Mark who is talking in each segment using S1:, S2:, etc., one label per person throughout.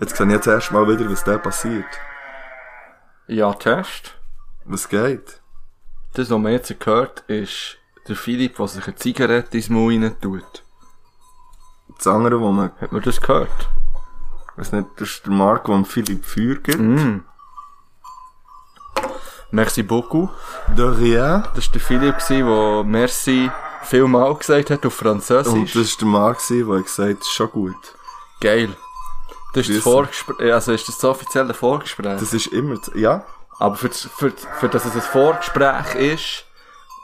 S1: Jetzt sehe ich jetzt erst mal wieder, was da passiert.
S2: Ja, Test.
S1: Was geht?
S2: Das, was man jetzt gehört, ist der Philipp, der sich eine Zigarette ins Maul rein tut.
S1: Das andere, wo man,
S2: Hat man das gehört?
S1: weiß nicht, das ist der Mark, der dem Philipp Feuer gibt.
S2: Mm. Merci beaucoup.
S1: De rien.
S2: Das war der Philipp, gewesen, der Merci vielmal gesagt hat auf
S1: Und
S2: Französisch.
S1: das war der Mann, gewesen, der gesagt hat, schon gut.
S2: Geil. Das ist
S1: Grüße.
S2: das Vorgespräch, also ist das das offizielle Vorgespräch.
S1: Das ist immer, das- ja.
S2: Aber für, das- für, das- für dass es ein Vorgespräch ist,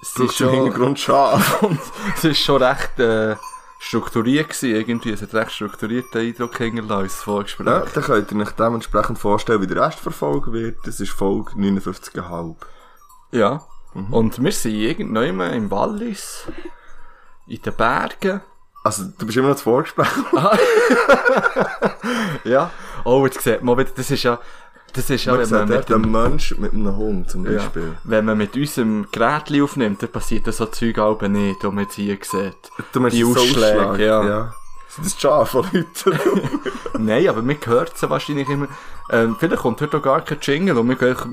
S2: es ist
S1: Das ist im
S2: schon,
S1: Hintergrund scharf.
S2: es ist schon recht äh, strukturiert gewesen, irgendwie. Es hat recht strukturierten Eindruck hinterlassen, das Vorgespräch.
S1: Ja, dann könnt ihr euch dementsprechend vorstellen, wie der Rest der Folge wird. Das ist Folge 59,5.
S2: Ja.
S1: Mhm.
S2: Und wir sind irgendwo immer im Wallis, in den Bergen.
S1: Also, du bist immer noch das Vorgespräch.
S2: Ja. Oh, jetzt sieht man wieder, das ist ja, das ist ja,
S1: Man
S2: wenn man,
S1: sieht
S2: mit
S1: dort
S2: dem,
S1: einen Menschen mit einem Hund zum
S2: ja,
S1: Beispiel.
S2: wenn man mit unserem Gerät aufnimmt, dann passiert das so Zeug auch nicht, die man jetzt hier sieht.
S1: Du meinst
S2: Die
S1: das
S2: Ausschläge,
S1: Ausschlag,
S2: ja.
S1: Sind das Schafe, Leute?
S2: Nein, aber wir hören sie wahrscheinlich immer. Ähm, vielleicht kommt heute auch gar kein Jingle und wir gehen einfach-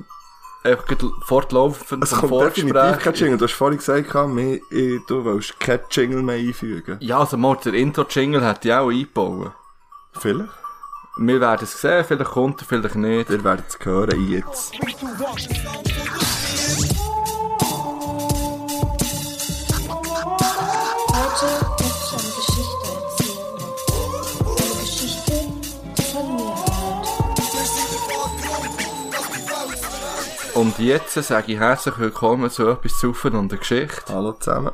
S2: einfach gleich fortlaufend
S1: Es kommt Also, definitiv kein Jingle. Du hast vorhin gesagt, wir- ich- du willst keinen Jingle mehr einfügen.
S2: Ja, also mal der Intro-Jingle hätte ich auch eingebaut.
S1: Vielleicht.
S2: Wir werden es sehen, vielleicht kommt er, vielleicht nicht.
S1: Ihr werdet es hören jetzt.
S3: Heute wird schon Geschichte erzählen. Eine Geschichte, die von mir handelt.
S2: Und jetzt sage ich herzlich willkommen zu etwas zu Saufen und der Geschichte.
S1: Hallo zusammen.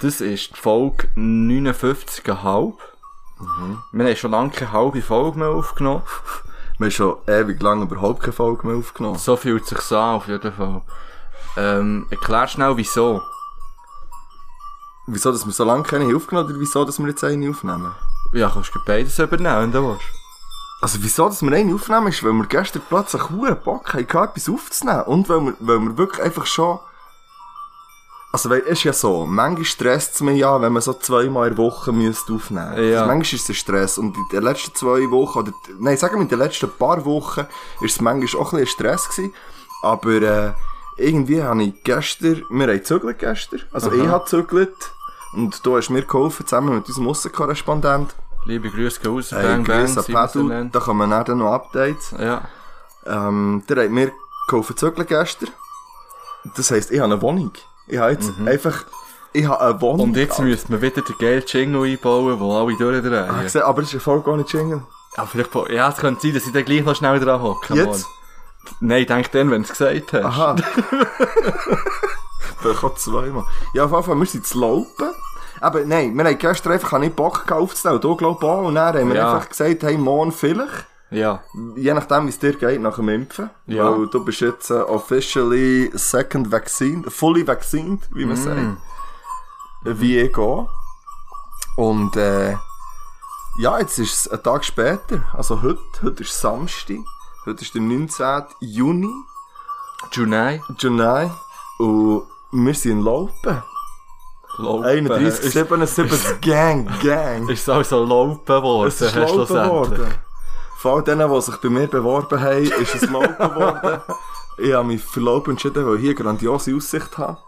S2: Das ist die Folge 59,5.
S1: Mhm.
S2: Wir haben schon lange keine halbe Folge mehr aufgenommen.
S1: Wir haben schon ewig lang überhaupt keine Folge mehr aufgenommen.
S2: So fühlt es sich an, auf jeden Fall. Ähm, erklär schnell wieso.
S1: Wieso, dass wir so lange keine haben aufgenommen oder wieso, dass wir jetzt eine aufnehmen?
S2: Ja, kannst du beides übernehmen, wenn du willst.
S1: Also wieso, dass wir eine aufnehmen, ist, weil wir gestern plötzlich hohen Bock hatten, etwas aufzunehmen. Und weil wir, weil wir wirklich einfach schon... Also weil, es ist ja so, manchmal stresst es mich ja, wenn man so zweimal in der Woche müsste aufnehmen müsste.
S2: Ja.
S1: Also manchmal ist es ein Stress. Und in den letzten zwei Wochen, oder... Nein, sagen wir, in den letzten paar Wochen ist es manchmal auch ein bisschen ein Stress gewesen. Aber äh, irgendwie habe ich gestern... Wir haben gezögert gestern. Also ich habe gezögert. Und du hast mir geholfen, zusammen mit unserem Aussenkorrespondent.
S2: Liebe Grüße gehen raus,
S1: Hey,
S2: Bang Bang,
S1: Grüße an
S2: Sie müssen
S1: Pedro,
S2: nennen.
S1: da kommen dann noch Updates.
S2: Ja.
S1: Ähm, der hat mir geholfen zu zügeln gestern. Das heisst, ich habe eine Wohnung. Ich habe
S2: Mhm.
S1: jetzt einfach, ich habe eine Wohnung.
S2: Und jetzt müsste man wieder den geilen Jingle einbauen, den alle durchdrehen.
S1: Ich sehe, aber es ist eine Folge ohne Jingle.
S2: Ja, vielleicht, ja, es könnte sein, dass ich dann gleich noch schnell dran hocke.
S1: Jetzt?
S2: Nein, denk dann, wenn du es gesagt hast.
S1: Aha. da kommt zweimal. Ja, auf jeden Fall, wir sind zu laufen. Aber nein, wir haben gestern einfach ich Bock gehabt aufzunehmen. Du glaubst auch. Und dann haben wir
S2: Ja.
S1: einfach gesagt, hey, morgen vielleicht.
S2: Ja.
S1: Je nachdem, wie es dir geht nach dem Impfen.
S2: Ja.
S1: Weil du bist jetzt äh, officially second vaccinated, fully vaccinated, wie man
S2: Mm.
S1: sagt. Wie ich gehe. Und äh, ja, jetzt ist es ein Tag später. Also heute, heute ist Samstag. Heute ist der 19. Juni,
S2: Junai.
S1: Juni. Und wir sind in Laupen.
S2: Laupen.
S1: 31,
S2: äh, Ist,
S1: 77, Gang, Gang.
S2: ist also Laupen geworden.
S1: Es ist
S2: hast du
S1: laufen
S2: schlussendlich.
S1: worden. Vor allem denen, die sich bei mir beworben haben, ist es laufen worden. Ich habe mich für Laub entschieden, weil ich hier grandiose Aussicht habe.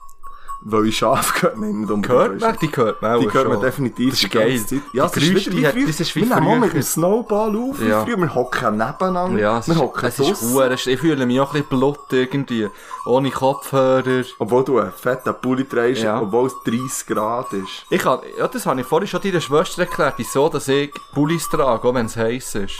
S1: Weil ich Schafe gehört man nicht unbedingt.
S2: Gehört man? Die gehört man auch
S1: Die gehört man
S2: schon.
S1: definitiv.
S2: Das ist
S1: die ganze
S2: geil.
S1: Zeit. Ja,
S2: Die
S1: es ist wieder
S2: Geräusche, die
S1: wie
S2: hat-
S1: früher.
S2: das ist wie
S1: Wir nehmen auch
S2: früher.
S1: mit dem Snowball auf wie
S2: Ja.
S1: früher. Wir hocken nebeneinander.
S2: Ja, es
S1: wir
S2: ist,
S1: hocken
S2: es ist
S1: draussen.
S2: verdammt- Ich fühle mich auch ein bisschen blut irgendwie. Ohne Kopfhörer.
S1: Obwohl du einen fetten Pulli trägst,
S2: Ja.
S1: obwohl es 30 Grad ist.
S2: Ich hab, ja, das habe ich vorhin schon deiner Schwester erklärt, wieso dass ich Pullis trage, auch wenn es heiß ist.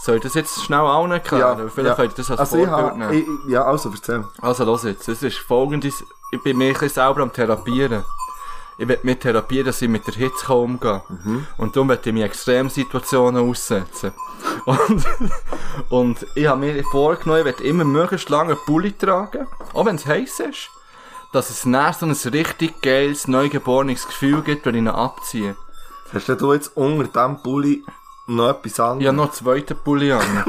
S2: Soll ich das jetzt schnell allen erklären? Vielleicht könnt ihr das als
S1: also ich
S2: Vorbild
S1: habe,
S2: nehmen.
S1: ich, Ja, also erzähl.
S2: Also los jetzt, es ist folgendes, ich bin mich ein bisschen selber am therapieren. Ich will mich therapieren, dass ich mit der Hitze kann umgehen
S1: Mhm.
S2: Und darum will ich mich Extremsituationen aussetzen. Und, und ich habe mir vorgenommen, ich will immer möglichst lange einen Pulli tragen, auch wenn es heiß ist, dass es nachher so ein richtig geiles, neugeborenes Gefühl gibt, wenn ich ihn abziehe.
S1: Hast denn du jetzt unter diesem Pulli noch etwas anderes?
S2: Ich habe noch einen zweiten Pulli an.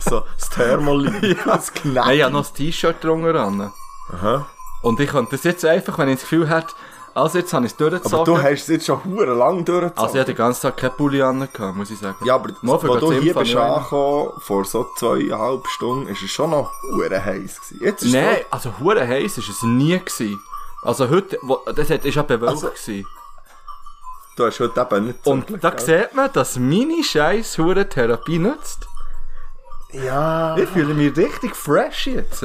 S1: So, das Thermolin. Das Knäpp.
S2: Nein, ich habe noch ein T-Shirt drunter an.
S1: Aha.
S2: Und ich könnte das jetzt einfach, wenn ich das Gefühl hätte, Also jetzt habe ich es durchgezogen.
S1: Aber du hast es jetzt schon hure lang durchgezogen.
S2: also ich hatte den ganzen Tag keine Pulli an, muss ich sagen.
S1: ja, aber
S2: Mal für
S1: als du
S2: das
S1: hier
S2: Impfen
S1: bist
S2: noch einen.
S1: angekommen, vor so zweieinhalb Stunden, ist es schon noch hure heiß gewesen. Jetzt ist
S2: Nein, also hure heiß ist es nie gewesen. Also heute, wo, das hat, ist ja bewölkt
S1: Also-
S2: gewesen.
S1: es, du hast heute eben nicht so Glück,
S2: Und da
S1: gell?
S2: sieht man, dass meine scheiß hure Therapie nützt.
S1: Ja.
S2: Ich fühle mich richtig fresh jetzt.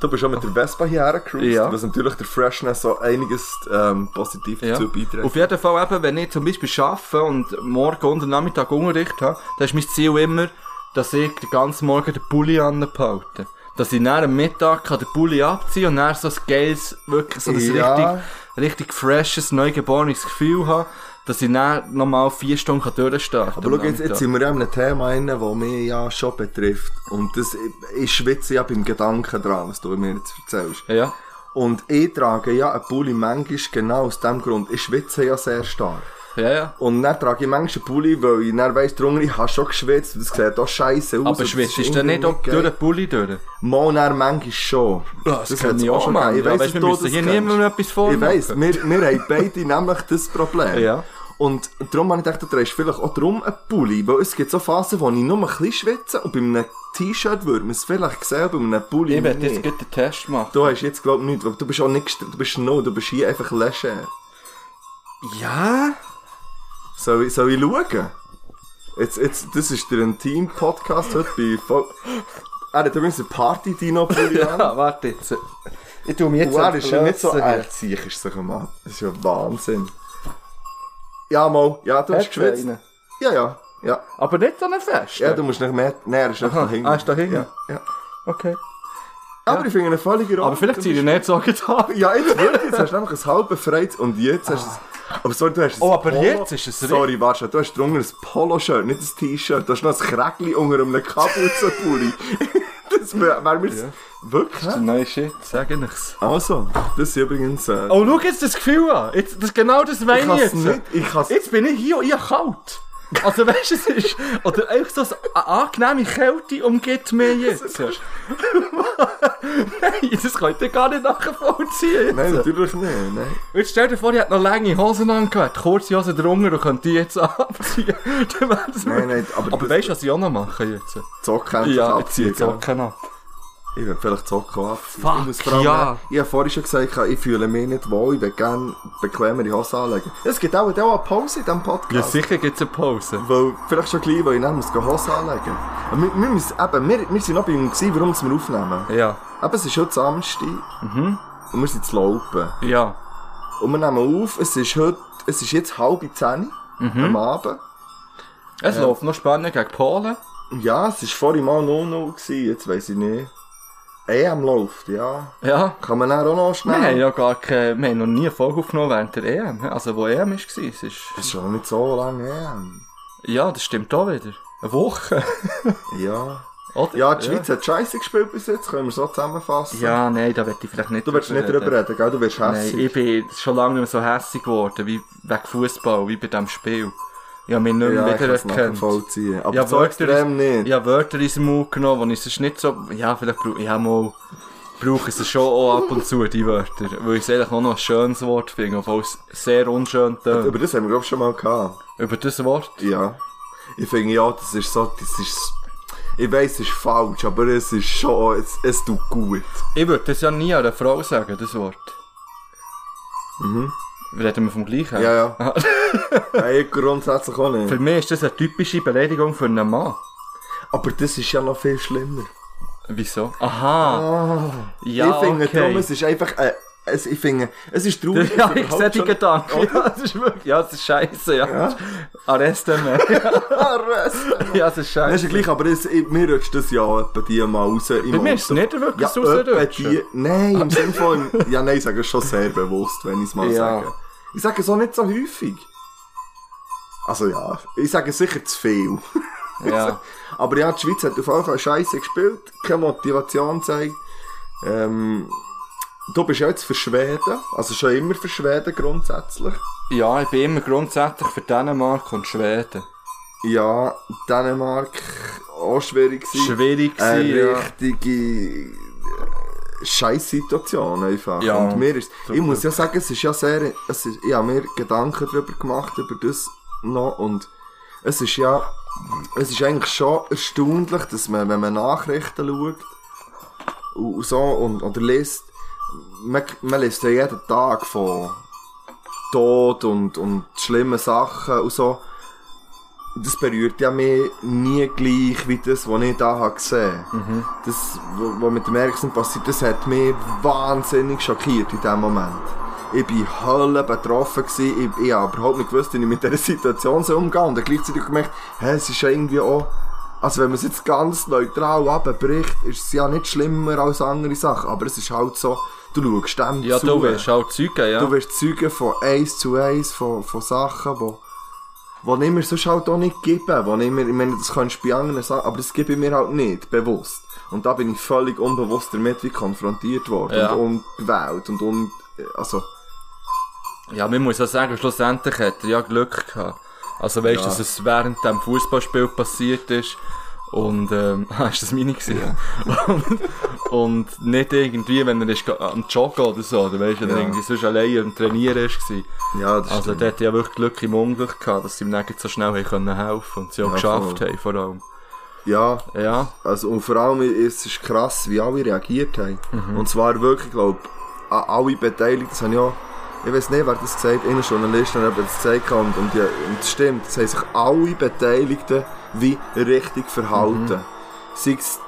S1: Du bist schon mit der Vespa hierher gecruised,
S2: Ja.
S1: was natürlich der Freshness so einiges ähm, positiv
S2: Ja.
S1: dazu beiträgt.
S2: Auf jeden Fall eben, wenn ich zum Beispiel arbeite und morgen und am Nachmittag Unterricht habe, dann ist mein Ziel immer, dass ich den ganzen Morgen den Pulli anbehalte. Dass ich nach am Mittag kann den Pulli abziehen und dann so ein geiles, wirklich so ein
S1: Ja.
S2: richtig, richtig freshes, neugeborenes Gefühl habe, dass ich dann nochmal vier Stunden kann durchstarten kann.
S1: Aber schau, jetzt, jetzt sind wir ja in einem Thema rein, das mich ja schon betrifft. Und das, ich schwitze ja beim Gedanken dran, was du mir jetzt erzählst.
S2: Ja.
S1: Und ich trage ja einen Pulli manchmal genau aus dem Grund. Ich schwitze ja sehr stark.
S2: Ja, ja.
S1: Und dann trage ich manchmal einen Pulli, weil ich dann weiss, drunter, ich habe schon geschwitzt, und das sieht auch scheiße aus. und
S2: Aber
S1: das
S2: schwitzt
S1: ist
S2: ist dann nicht
S1: irgendwie
S2: auch durch
S1: geil.
S2: den Pulli durch.
S1: Mal dann manchmal schon.
S2: Ja, das kenn
S1: hat's
S2: ich auch schon,
S1: gegeben.
S2: Mann. Ja,
S1: weiss,
S2: weißt,
S1: dass
S2: wir
S1: du
S2: müssen
S1: das
S2: hier
S1: kennst.
S2: niemandem etwas vormachen.
S1: Ich weiss, wir, wir haben beide nämlich das Problem.
S2: Ja.
S1: Und darum habe ich gedacht, du trägst vielleicht auch drum einen Pulli, weil es gibt so Phasen, wo ich nur ein bisschen schwitze und bei einem T-Shirt würde man es vielleicht sehen, bei einem Pulli
S2: Ich werde
S1: nicht.
S2: jetzt gleich den Test machen.
S1: Du hast jetzt glaub ich nichts, weil du bist auch nicht gestresst, du bist no, du bist hier einfach leger.
S2: Ja?
S1: Soll ich, soll ich schauen? Jetzt, jetzt, das ist der Intim-Podcast heute bei... Fol- Er hat übrigens einen Party-Dino-Pulli an.
S2: Ja, warte jetzt. Ich tu mich jetzt
S1: Und er ist ja nicht so
S2: entblößen hier.
S1: erziehisch, ist ein Mann. Das ist ja Wahnsinn. Ja, mal. Ja, du hast
S2: Hast du
S1: geschwitzt.
S2: einen?
S1: Ja, ja. Ja,
S2: Aber nicht so einen fest.
S1: ja du musst nicht mehr... Nein, er ist nicht
S2: Aha,
S1: da hinten.
S2: ah, ist da hinten?
S1: Ja, ja.
S2: Okay.
S1: Aber ich finde ihn völlig in Ordnung.
S2: Aber vielleicht ziehe ich nicht so getan.
S1: Ja, jetzt wirklich. Jetzt hast du nämlich ein halb befreites und jetzt hast du es... Aber sorry, du hast ein
S2: Oh, aber jetzt ist es richtig.
S1: Sorry, warte, du hast drunter ein Poloshirt, nicht ein T-Shirt. Du hast noch ein Krägli unter einem Kapuzenpulli. das wäre wär mir... Wirklich?
S2: Nein, shit. Sag nichts.
S1: Also, das ist übrigens... Äh,
S2: Oh, schau jetzt das Gefühl an. Jetzt, das, genau das
S1: ich
S2: meine
S1: kann
S2: ich
S1: es
S2: jetzt.
S1: nicht... Ich kann's
S2: Jetzt bin ich hier und ich habe kalt. Also weißt du, es ist... Oder einfach so eine angenehme Kälte umgeht mir jetzt. Nein, das könnt ihr gar nicht nachvollziehen. Jetzt.
S1: Nein, natürlich nicht. Nein.
S2: Und Jetzt stell dir vor, ich hätte noch lange Hosen angehabt, kurze Hosen drunter und könnte die jetzt abziehen. Dann wäre das
S1: Nein, nein, aber,
S2: Aber
S1: das-
S2: weißt du, was ich auch noch mache jetzt?
S1: Zocken einfach
S2: Ja, ich
S1: abziehen.
S2: ziehe
S1: Ich,
S2: die Socken ab.
S1: ich will vielleicht Zocken auch abziehen.
S2: Fuck,
S1: ich muss vor allem-
S2: ja.
S1: Ich habe vorhin schon gesagt, ich fühle mich nicht wohl, ich würde gerne bequemere Hosen anlegen. Es gibt auch, auch eine Pause in diesem Podcast.
S2: Ja, sicher gibt es eine Pause.
S1: Weil, vielleicht schon gleich, weil ich dann muss gehen Hosen anlegen Aber wir, wir, müssen, eben, wir, wir sind noch bei ihm, gewesen, warum wir aufnehmen.
S2: Ja,
S1: Eben, es ist schon Samstag. Mhm. Und wir sind zu laufen.
S2: ja.
S1: Und wir nehmen auf, es ist, heute, es ist jetzt halb zehn
S2: Mhm.
S1: am Abend.
S2: Es läuft noch Spanien gegen Polen.
S1: Ja, es war vorhin mal 0-0, gewesen, jetzt weiss ich nicht. EM läuft, ja.
S2: Ja.
S1: Kann man dann auch noch
S2: Wir
S1: schnell?
S2: haben ja gar keine, wir haben noch nie eine Folge aufgenommen während der EM. Also, wo EM war, es ist...
S1: Das ist schon nicht so lange her.
S2: Ja, das stimmt auch wieder. Eine Woche.
S1: Ja.
S2: Oder?
S1: Ja, die Schweiz hat scheiße gespielt bis jetzt, können wir so zusammenfassen.
S2: Ja, nein, da werde ich vielleicht nicht
S1: Du willst nicht drüber reden, gell? Du wirst
S2: Nein,
S1: hässlich.
S2: ich bin schon lange nicht mehr so hässig geworden, wie wegen Fußball, wie bei diesem Spiel. Ich habe mich nicht mehr
S1: ja, ich kann es
S2: wiedererkannt.
S1: nachvollziehen. Aber
S2: Ich habe
S1: so extrem
S2: Wörter,
S1: nicht.
S2: ich habe Wörter in den Mund genommen, die ich sonst nicht so... Ja, vielleicht brauche ich... Ja, mal... Brauche ich sie schon auch ab und zu, die Wörter. Weil ich es eigentlich auch noch ein schönes Wort finde, obwohl es sehr unschön tönt.
S1: Über das haben wir, glaube ich, schon mal gehabt.
S2: Über das Wort?
S1: Ja. Ich finde, ja, das ist so, das ist... Ich weiss, es ist falsch, aber es ist schon, es, es tut gut.
S2: Ich würde das ja nie einer Frau sagen, das Wort. Mhm. Reden wir vom Gleichen?
S1: Ja, ja. Nein, ich grundsätzlich auch
S2: Für
S1: nicht.
S2: mich ist das eine typische Beleidigung für einen Mann.
S1: Aber das ist ja noch viel schlimmer.
S2: Wieso? Aha. Ja,
S1: Ah. ich finde
S2: okay.
S1: darum, es ist einfach, äh, es, ich finde, es ist traurig.
S2: Ja,
S1: dass
S2: ich
S1: überhaupt
S2: sehe die
S1: schon-
S2: Gedanken. Ja, das ist wirklich. Ja, das ist scheiße, ja. ja. Arreste mehr.
S1: Arrest.
S2: Ja,
S1: Das
S2: das ist
S1: ist
S2: scheiße.
S1: ja gleich, aber es, ich, mir rutscht das ja etwa die mal raus.
S2: Bei mir ist es nicht
S1: ja, äh,
S2: wirklich so
S1: etwa
S2: rausrutschen.
S1: die, Nein, im Sinne von... Ja, nein, ich sage es schon sehr bewusst, wenn ich es mal
S2: Ja.
S1: sage. Ich sage es auch nicht so häufig. Also ja, ich sage sicher zu viel.
S2: Ja.
S1: Aber ja, die Schweiz hat auf jeden Fall scheiße gespielt, keine Motivation gezeigt. Ähm, du bist ja jetzt für Schweden, also schon immer für Schweden grundsätzlich.
S2: ja, ich bin immer grundsätzlich für Dänemark und Schweden.
S1: Ja, Dänemark auch schwierig gewesen.
S2: Schwierig
S1: Eine
S2: gewesen, ja.
S1: richtige scheiß Situation einfach.
S2: Ja.
S1: Und mir ist, ich
S2: Zum
S1: muss ja sagen, es ist ja sehr, es ist, ich habe mir Gedanken darüber gemacht, über das noch, und es ist ja, es ist eigentlich schon erstaunlich, dass man, wenn man Nachrichten schaut, und und so, und, oder liest, man, man liest ja jeden Tag von Tod und, und schlimmen Sachen und so. Das berührt ja mich nie gleich wie das, was ich da habe gesehen
S2: Mhm.
S1: Das, wa- was mit dem Ericsson passiert, das hat mich wahnsinnig schockiert in dem Moment. Ich war Hölle betroffen, gewesen. ich, ich habe überhaupt nicht gewusst, wie ich mit dieser Situation so umgehen soll. Und dann gleichzeitig gemerkt, hä, es ist ja irgendwie auch... Also wenn man es jetzt ganz neutral abbricht, ist es ja nicht schlimmer als andere Sachen. Aber es ist halt so, du schaust dem
S2: Ja,
S1: zu.
S2: du willst auch Zeugen, ja.
S1: Du wirst Zeugen von eins zu eins, von, von Sachen, wo, wo ich mir sonst halt auch nicht gebe. Wo ich, mir, ich meine, das kannst du bei anderen sagen, aber das gebe ich mir halt nicht, bewusst. Und da bin ich völlig unbewusst damit wie konfrontiert worden
S2: Ja.
S1: und ungewählt und un... Also,
S2: Ja, man muss ja sagen, schlussendlich hat er ja Glück gehabt. Also weißt du,
S1: Ja.
S2: dass es während dem Fußballspiel passiert ist. Und, ähm, ah, ist das meine gewesen? und, und nicht irgendwie, wenn er ist ge- am Joggen oder so, oder weißt du, wenn er
S1: Ja.
S2: irgendwie sonst alleine am Trainieren ist. gewesen.
S1: ja, das
S2: Also
S1: stimmt.
S2: der hat ja wirklich Glück im Unglück gehabt, dass sie ihm nicht so schnell haben können helfen und sie auch
S1: Ja,
S2: geschafft
S1: voll.
S2: haben vor allem.
S1: Ja,
S2: Ja,
S1: also und vor allem es ist krass, wie alle reagiert haben. Und zwar wirklich, glaube ich, alle Beteiligten, das habe ich auch, ich weiß nicht, wer das gesagt hat, ein Journalist hat das gesagt und, und, ja, und es stimmt, es haben sich alle Beteiligten wie richtig verhalten. Sei es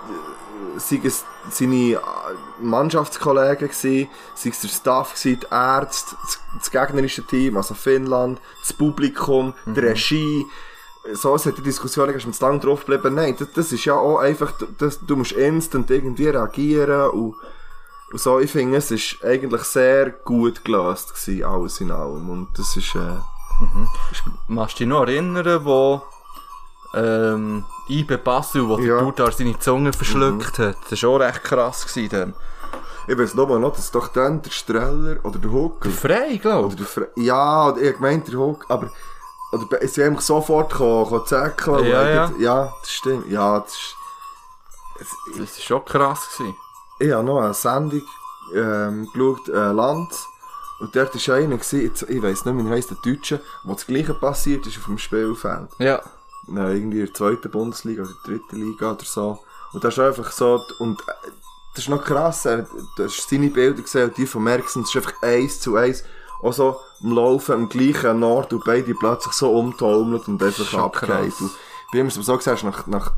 S1: sei es seine äh, Mannschaftskollegen gewesen, sei es der Staff gewesen, die Ärzte, das, das gegnerische Team, also Finnland, das Publikum, die Regie. So, es hat die Diskussion, ist man zu lange drauf geblieben. Nein, das, das ist ja auch einfach, du- das, du musst instant irgendwie reagieren und, und so, ich finde, es ist eigentlich sehr gut gelöst gewesen, alles in allem. Und das ist, äh,
S2: Machst du dich noch erinnern, wo ähm, Ibe Basel, wo
S1: Ja.
S2: der Dudar seine Zunge verschluckt hat? Das war auch recht krass. Gewesen, dann.
S1: ich weiß noch mal noch, dass doch dann der Streller oder der Huckel
S2: Frei, glaube
S1: Oder der Fre ja, oder ich meinte der Hook, aber oder bei- sie haben mich sofort gekommen, gekommen zäckeln. und
S2: Ja,
S1: eigentlich- ja, das stimmt. Ja, das ist,
S2: ich. Das war schon krass. Gewesen.
S1: ich habe noch eine Sendung ähm, geschaut, äh, Land. Und dort war einer, gewesen, jetzt, ich weiss nicht mehr, wie er heisst, der Deutsche, wo das Gleiche passiert ist auf dem Spielfeld.
S2: Ja.
S1: Nein, irgendwie in der zweiten Bundesliga oder dritten Liga oder so. Und das ist einfach so, und äh, das ist noch krass, er, du hast seine Bilder gesehen und die von Merksen, das ist einfach eins zu eins. Auch so am Laufen, am gleichen Ort und beide plötzlich so umtaumelt und einfach
S2: Schon
S1: abgeht.
S2: krass.
S1: Und Wie man es so gesagt hat, nach, nach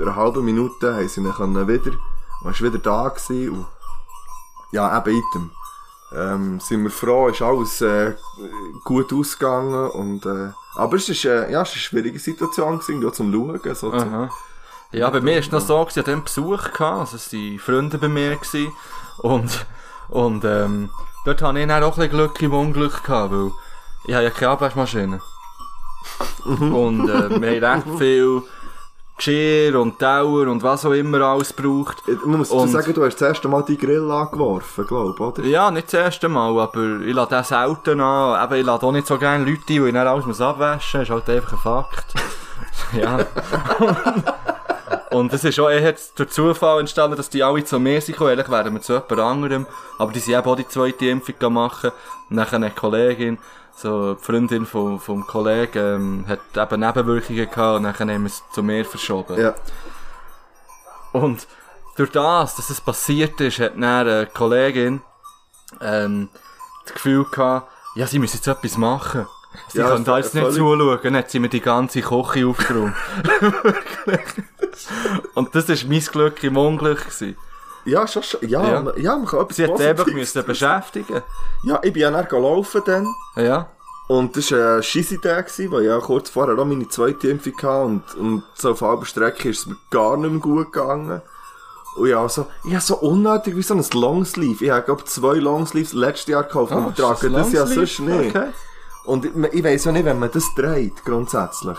S1: einer halben Minute haben sie ihn können wieder, man war wieder da gewesen und ja, eben item. Ähm, sind wir froh, ist alles äh, gut ausgegangen und äh, aber es ist, äh, ja, es ist eine schwierige Situation gewesen, ja, zum Schauen. So zum,
S2: Aha. Ja, bei mir war es noch so, gewesen, ich hatte einen Besuch, gehabt, also es waren Freunde bei mir gewesen, und, und ähm, dort hatte ich dann auch ein bisschen Glück im Unglück, gehabt, weil ich habe ja keine Abwaschmaschine. und äh, wir haben recht viel Geschirr und Dauer und was auch immer alles gebraucht.
S1: Ich muss dazu
S2: Und-
S1: sagen, du hast das erste Mal die Grill angeworfen, glaube ich, oder?
S2: Ja, nicht das erste Mal, aber ich lasse das selten an. Eben, ich lasse auch nicht so gerne Leute ein, weil ich dann alles muss abwaschen muss. ist halt einfach ein Fakt. ja. Und es ist auch eher durch Zufall entstanden, dass die alle zu mir sind gekommen. Eigentlich wären wir zu jemand anderem. Aber die sind eben auch die zweite Impfung gegangen machen. Und dann eine Kollegin, so die Freundin vom, vom Kollegen, ähm, hat eben Nebenwirkungen gehabt und dann haben wir es zu mir verschoben.
S1: Ja.
S2: Und durch das, dass es passiert ist, hat dann eine Kollegin ähm, das Gefühl gehabt, ja, sie müssen jetzt etwas machen. Sie
S1: Ja,
S2: können da
S1: v-
S2: jetzt nicht
S1: völlig.
S2: zuschauen, dann hat sie mir die ganze Küche aufgeräumt. Und das war mein Glück im Unglück. Gewesen.
S1: Ja, schon, schon, ja,
S2: Ja.
S1: Man, ja, man kann etwas
S2: Sie hat einfach
S1: Positives-
S2: müssen beschäftigen.
S1: Ja, ich bin ja dann gelaufen dann.
S2: Ja.
S1: Und das war ein scheisse Tag, gewesen, weil ich ja kurz vorher auch meine zweite Impfung hatte und, und so auf halber Strecke ist es mir gar nicht mehr gut gegangen. Und ja, so, ich habe so unnötig wie so ein Longsleeve. Ich habe, glaube zwei Longsleeves letztes Jahr gekauft und
S2: Ah, ist das
S1: getragen. Das ja sonst
S2: Longsleeve?
S1: nicht.
S2: Okay.
S1: Und ich, ich weiss ja nicht, wenn man das dreht, grundsätzlich.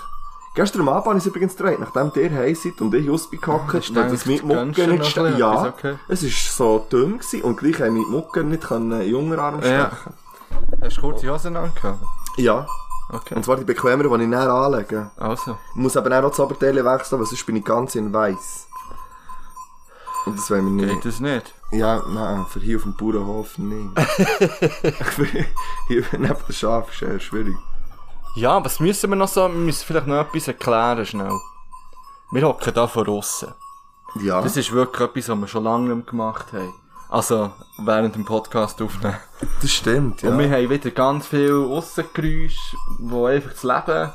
S1: Gestern Abend habe ich es übrigens gedreht, nachdem ihr heiß seid und ich rausgehockt
S2: Hast du
S1: habe, hat es
S2: gedacht,
S1: mit
S2: jetzt gönnst du
S1: Mucke nicht
S2: noch ein
S1: stehen.
S2: bisschen
S1: Ja,
S2: etwas, okay.
S1: es war so dünn gewesen und gleich haben meine Mucke nicht können, in den Unterarm stechen.
S2: ja. Hast du kurze Hosen angehabt?
S1: ja.
S2: Okay.
S1: Und zwar die bequemeren, die ich näher anlege.
S2: Also.
S1: Ich muss aber dann auch das Oberteil wechseln, weil sonst bin ich ganz in weiß. Und das wollen wir
S2: Geht
S1: nicht.
S2: das nicht?
S1: Ja, nein, für hier auf dem Bauernhof nicht. ich bin, hier neben den Schafen ist eher schwierig.
S2: Ja, was müssen wir noch so? Wir müssen vielleicht noch etwas erklären schnell. Wir hocken da von außen.
S1: Ja,
S2: Das
S1: das,
S2: ist wirklich etwas, was wir schon lange nicht mehr gemacht haben. Also, während dem Podcast aufnehmen.
S1: stimmt, ja.
S2: Und wir haben wieder ganz viel Aussengeräusche, wo einfach das Leben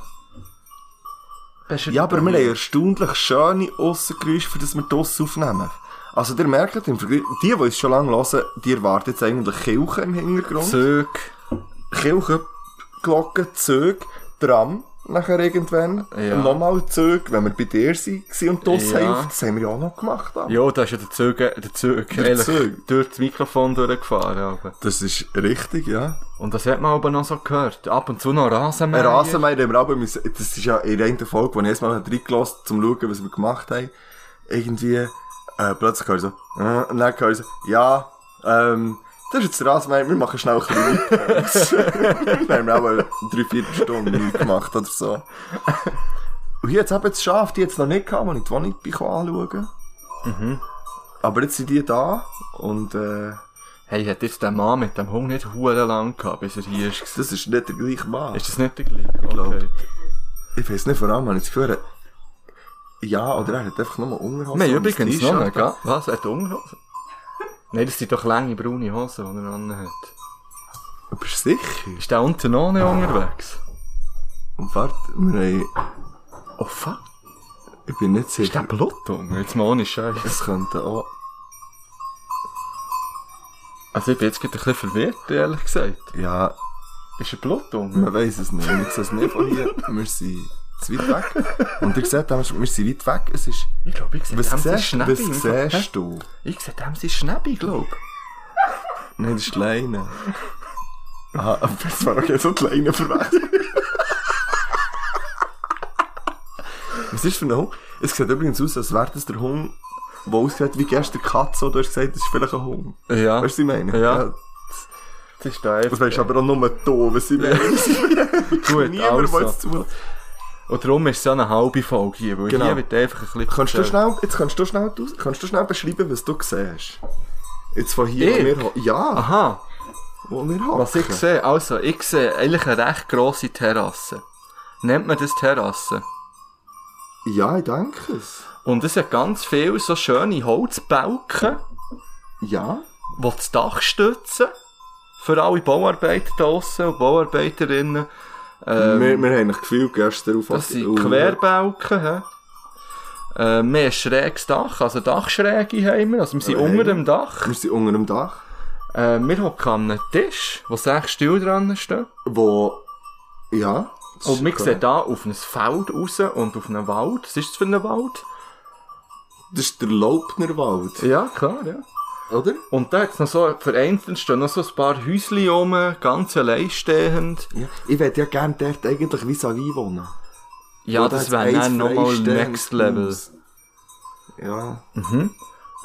S2: beschreiben.
S1: Ja, aber wir haben erstaunlich schöne Aussengeräusche, für das wir das aufnehmen. Also, ihr merkt, im Vergleich, die, die uns schon lange hören, die erwarten jetzt eigentlich Kirche im Hintergrund.
S2: Züge.
S1: Kirche, Glocken, Züge, Tram, nachher irgendwann.
S2: Ja.
S1: Und Nochmal Züge, wenn wir bei dir sind, waren und das
S2: Ja.
S1: haben, das haben wir ja auch noch gemacht. aber-
S2: Ja, da ist ja der Zug, der Zug,
S1: Der
S2: ehrlich,
S1: Zug.
S2: durch das Mikrofon durchgefahren. Aber.
S1: Das ist richtig, ja.
S2: Und das hat man aber noch so gehört. Ab und zu noch Rasenmäher.
S1: Ein Rasenmäher haben wir aber müssen, das ist ja in der einen Folge, wo ich erstmal reingelassen habe, um zu schauen, was wir gemacht haben. Irgendwie, äh, plötzlich höre ich so, äh, und dann höre ich so, ja, ähm, das ist jetzt der Rasenmäher, wir machen schnell ein bisschen Weitpause. Dann haben wir aber drei, vier Stunden nichts gemacht oder so. Und hier jetzt eben das Schaf, die jetzt noch nicht kam, und ich die Wohnung bin anschauen. Mhm. Aber jetzt sind die da, und, äh,
S2: Hey, hat jetzt der Mann mit dem Hund nicht huere lang gehabt, bis er hier ist? gewesen?
S1: das ist nicht der gleiche Mann.
S2: Ist das nicht der gleiche? Ich
S1: glaub. Ich weiß nicht, vor allem habe ich das Gefühl, er- ja, oder er hat einfach nur Unterhose.
S2: Wir haben
S1: und ein
S2: übrigens
S1: T-Shirt
S2: noch
S1: an.
S2: einen, gell? Was? Er hat Unterhose? Nein, das sind doch lange braune Hosen, die er anhat.
S1: Aber sicher.
S2: Ist der unten noch nicht unterwegs?
S1: Und warte, wir haben,
S2: Oh fuck.
S1: ich bin nicht
S2: Ist der
S1: sicher.
S2: Blut unten? Jetzt mal ohne Scheiß.
S1: Es könnte auch,
S2: Also ich bin jetzt gerade ein bisschen verwirrt, ehrlich gesagt.
S1: ja,
S2: Ist er Blut unten?
S1: man weiß es nicht. Wir sehen es nicht von hier. Wir sind zu weit weg. Und ihr seht, wir sind weit weg. Es ist,
S2: Ich glaube, ich sehe
S1: was
S2: dem sein
S1: siehst, was
S2: Schnäppi.
S1: siehst du?
S2: Ich sehe dem sein Schnäppi, glaube
S1: Nein, das ist die Leine. Ah, aber das war okay, so die Leine verwechselt. Was ist für ein Hund? Es sieht übrigens aus, als wäre das der Hund, der aussieht wie gestern Katze, oder du hast gesagt, das ist vielleicht ein Hund.
S2: ich. Ja.
S1: Weißt du, was ich meine?
S2: Ja. Also, Das ist da
S1: Das
S2: einfach.
S1: weisst aber auch nur du, was ich meine.
S2: Gut,
S1: Niemand will es
S2: also.
S1: zu.
S2: Und darum ist es ja eine halbe Folge hier, weil
S1: Genau.
S2: hier wird einfach ein bisschen...
S1: Kannst du
S2: erzählt.
S1: schnell, jetzt kannst du schnell, du, kannst du schnell beschreiben, was du siehst? Jetzt von hier,
S2: Ich?
S1: wo wir, ho- ja,
S2: Aha.
S1: wo wir hocken.
S2: Was ich sehe, also, ich sehe eigentlich eine recht grosse Terrasse. Nennt man das Terrasse?
S1: Ja, ich denke es.
S2: Und es hat ganz viele so schöne Holzbalken,
S1: Ja.
S2: die das Dach stützen. Für alle Bauarbeiter draussen und Bauarbeiterinnen. Ähm,
S1: wir, wir haben ein Gefühl gestern auf
S2: Das sind Querbalken. hä? Äh, wir haben ein schräges Dach, also Dachschräge haben wir. Also wir sind
S1: Ja,
S2: unter
S1: haben
S2: dem Dach.
S1: Wir sind unter dem Dach,
S2: Äh, wir hocken an einem Tisch, wo sechs Stühle dran stehen.
S1: wo... Ja. das
S2: Und wir
S1: ist
S2: sehen da auf ein Feld raus und auf einen Wald. Was ist das für ein Wald?
S1: Das ist der Laubnerwald,
S2: Ja, klar, ja.
S1: oder?
S2: Und da jetzt noch so, vereinzelt stehen noch so ein paar Häuschen rum, ganz allein stehend.
S1: Ja. Ich würde ja gerne dort eigentlich vis-à-vis wohnen.
S2: Ja,
S1: Wo
S2: das
S1: dort eins
S2: wäre dann nochmal
S1: freistehendes
S2: Next Level.
S1: Haus. Ja.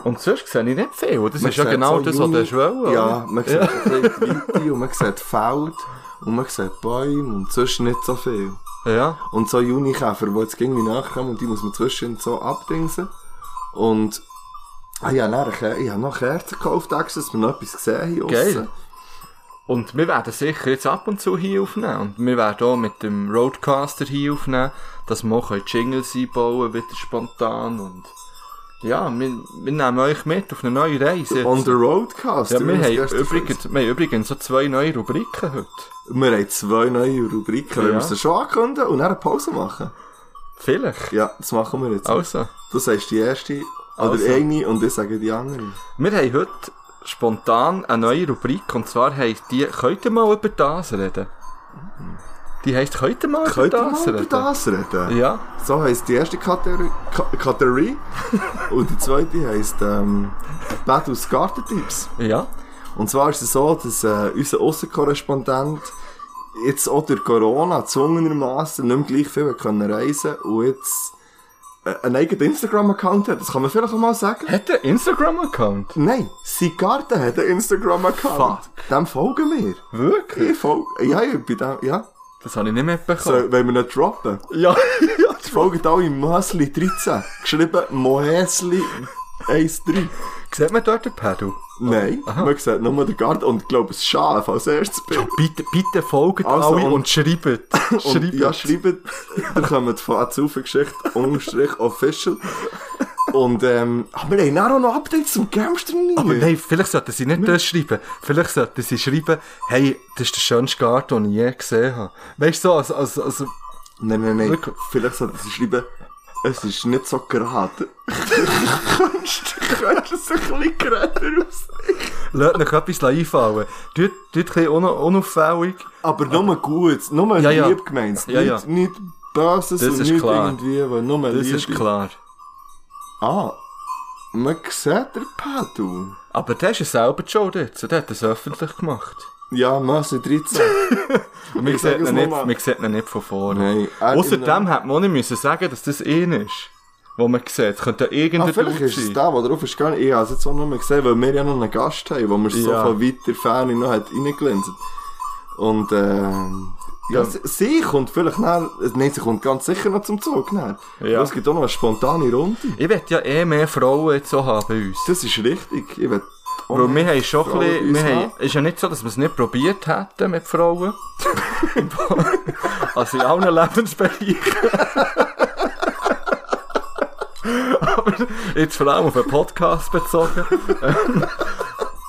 S2: Und sonst sehe ich nicht viel. Das ist ja
S1: sieht
S2: genau
S1: so
S2: das, was
S1: junge-
S2: du hast wollen.
S1: Ja,
S2: oder?
S1: man sieht ein bisschen die Weite und man sieht Feld und man sieht Bäume und sonst nicht so viel.
S2: ja.
S1: Und so Junikäfer, die jetzt irgendwie nachkommen und die muss man zwischen so abdingsen. Und ah, ja, dann, ich, ich habe noch Kerzen gekauft, extra, dass wir noch etwas gesehen haben.
S2: Geil.
S1: aussen.
S2: Und wir werden sicher jetzt ab und zu hier aufnehmen. Und wir werden auch mit dem Roadcaster hier aufnehmen, dass wir auch können Jingles einbauen wieder spontan. Und ja, wir, wir nehmen euch mit auf eine neue Reise. Jetzt.
S1: On the Roadcast.
S2: ja,
S1: wie
S2: wir,
S1: es
S2: haben
S1: gestern
S2: übrigens, wir haben übrigens so zwei neue Rubriken heute.
S1: Wir haben zwei neue Rubriken, wenn
S2: Ja.
S1: wir sie schon ankündigen und dann eine Pause machen.
S2: Vielleicht.
S1: Ja, das machen wir jetzt.
S2: Also,
S1: Du sagst die erste oder
S2: Also.
S1: eine und ich sage die andere.
S2: wir haben heute spontan eine neue Rubrik. Und zwar heisst die, könnt ihr mal über das reden? Die heisst, könnt ihr mal über
S1: Könnt ihr
S2: das
S1: mal über
S2: reden?
S1: das reden?
S2: Ja.
S1: So heisst die erste Kategorie. Ka- Kategorie. und die zweite heisst ähm, Battles Gartentipps.
S2: Ja.
S1: Und zwar ist es so, dass äh, unser Aussenkorrespondent jetzt auch durch Corona zwungenermassen nicht mehr gleich viel hat können reisen und jetzt äh, einen eigenen Instagram-Account hat. Das kann man vielleicht auch mal sagen.
S2: Hat er einen Instagram-Account?
S1: Nein, sein Garten hat einen Instagram-Account. Dem folgen wir.
S2: Wirklich?
S1: Ich folge. Ja, ich bin da. Ja.
S2: Das habe ich nicht
S1: So,
S2: mitbekommen.
S1: wollen wir nicht droppen?
S2: Ja.
S1: Folgt alle Mösli 13. Geschrieben Mohesli 13.
S2: Sieht man dort den Pedal?
S1: Nein, man sieht nur den Garten und ich glaube, ein Schaf als erstes Bild.
S2: Bitte, bitte folgt
S1: Also,
S2: alle
S1: und-
S2: und, schreibt.
S1: Und
S2: schreibt.
S1: ja, schreibt, da kommen die Fahrzeugengeschichte, unterstrich official. Und ähm, aber wir haben dann auch noch Updates zum Gamster nicht.
S2: Aber nein, vielleicht sollten sie nicht das schreiben. Vielleicht sollten sie schreiben, hey, das ist der schönste Garten, den ich je gesehen habe. Weißt du, so, als, als, als,
S1: nein, nein, nein.
S2: Wirklich?
S1: Vielleicht sollten sie schreiben, es ist nicht so gerade. Kannst du könntest es ein bisschen gerade aus.
S2: lasst euch etwas einfallen. Tut, tut ein bisschen un, unauffällig.
S1: Aber nur gut, nur
S2: Ja, ja.
S1: lieb gemeint.
S2: Ja, ja.
S1: Nicht, nicht böses
S2: Das
S1: und
S2: ist
S1: nicht
S2: klar.
S1: irgendwie, aber nur
S2: Das
S1: lieb.
S2: ist klar.
S1: Ah, man sieht den Pedal.
S2: Aber der ist ja selber schon dort. Der hat das öffentlich gemacht.
S1: Ja, Masse 13.
S2: Und man
S1: Ich sag
S2: sieht,
S1: es
S2: ihn nicht,
S1: nochmal.
S2: man sieht ihn nicht von vorne.
S1: Nein, er-
S2: Außerdem hätte man auch nicht müssen sagen dass das ihn ist. Wo man sieht. Es könnte ja
S1: Ah,
S2: irgendein
S1: vielleicht
S2: Dude
S1: ist es der, der drauf ist gegangen. Ich habe es jetzt auch noch mal gesehen, weil wir ja noch einen Gast haben, wo wir
S2: Ja.
S1: so von weiter Ferne noch hat reingelinsen. Und, ähm, ja, sie, sie kommt vielleicht nach, nein, sie kommt ganz sicher noch zum Zug nach.
S2: Ja.
S1: Ja. Es gibt auch noch eine spontane Runde.
S2: Ich will ja eh mehr Frauen jetzt auch haben bei uns.
S1: Das ist richtig. Ich will, oh,
S2: Weil wir haben schon ein
S1: Frauen bei
S2: bisschen,
S1: uns
S2: wir haben,
S1: haben.
S2: ist ja nicht so, dass wir es nicht probiert hätten mit Frauen. also in allen Lebensbereichen. Aber jetzt vor allem auf den Podcast bezogen. Ähm,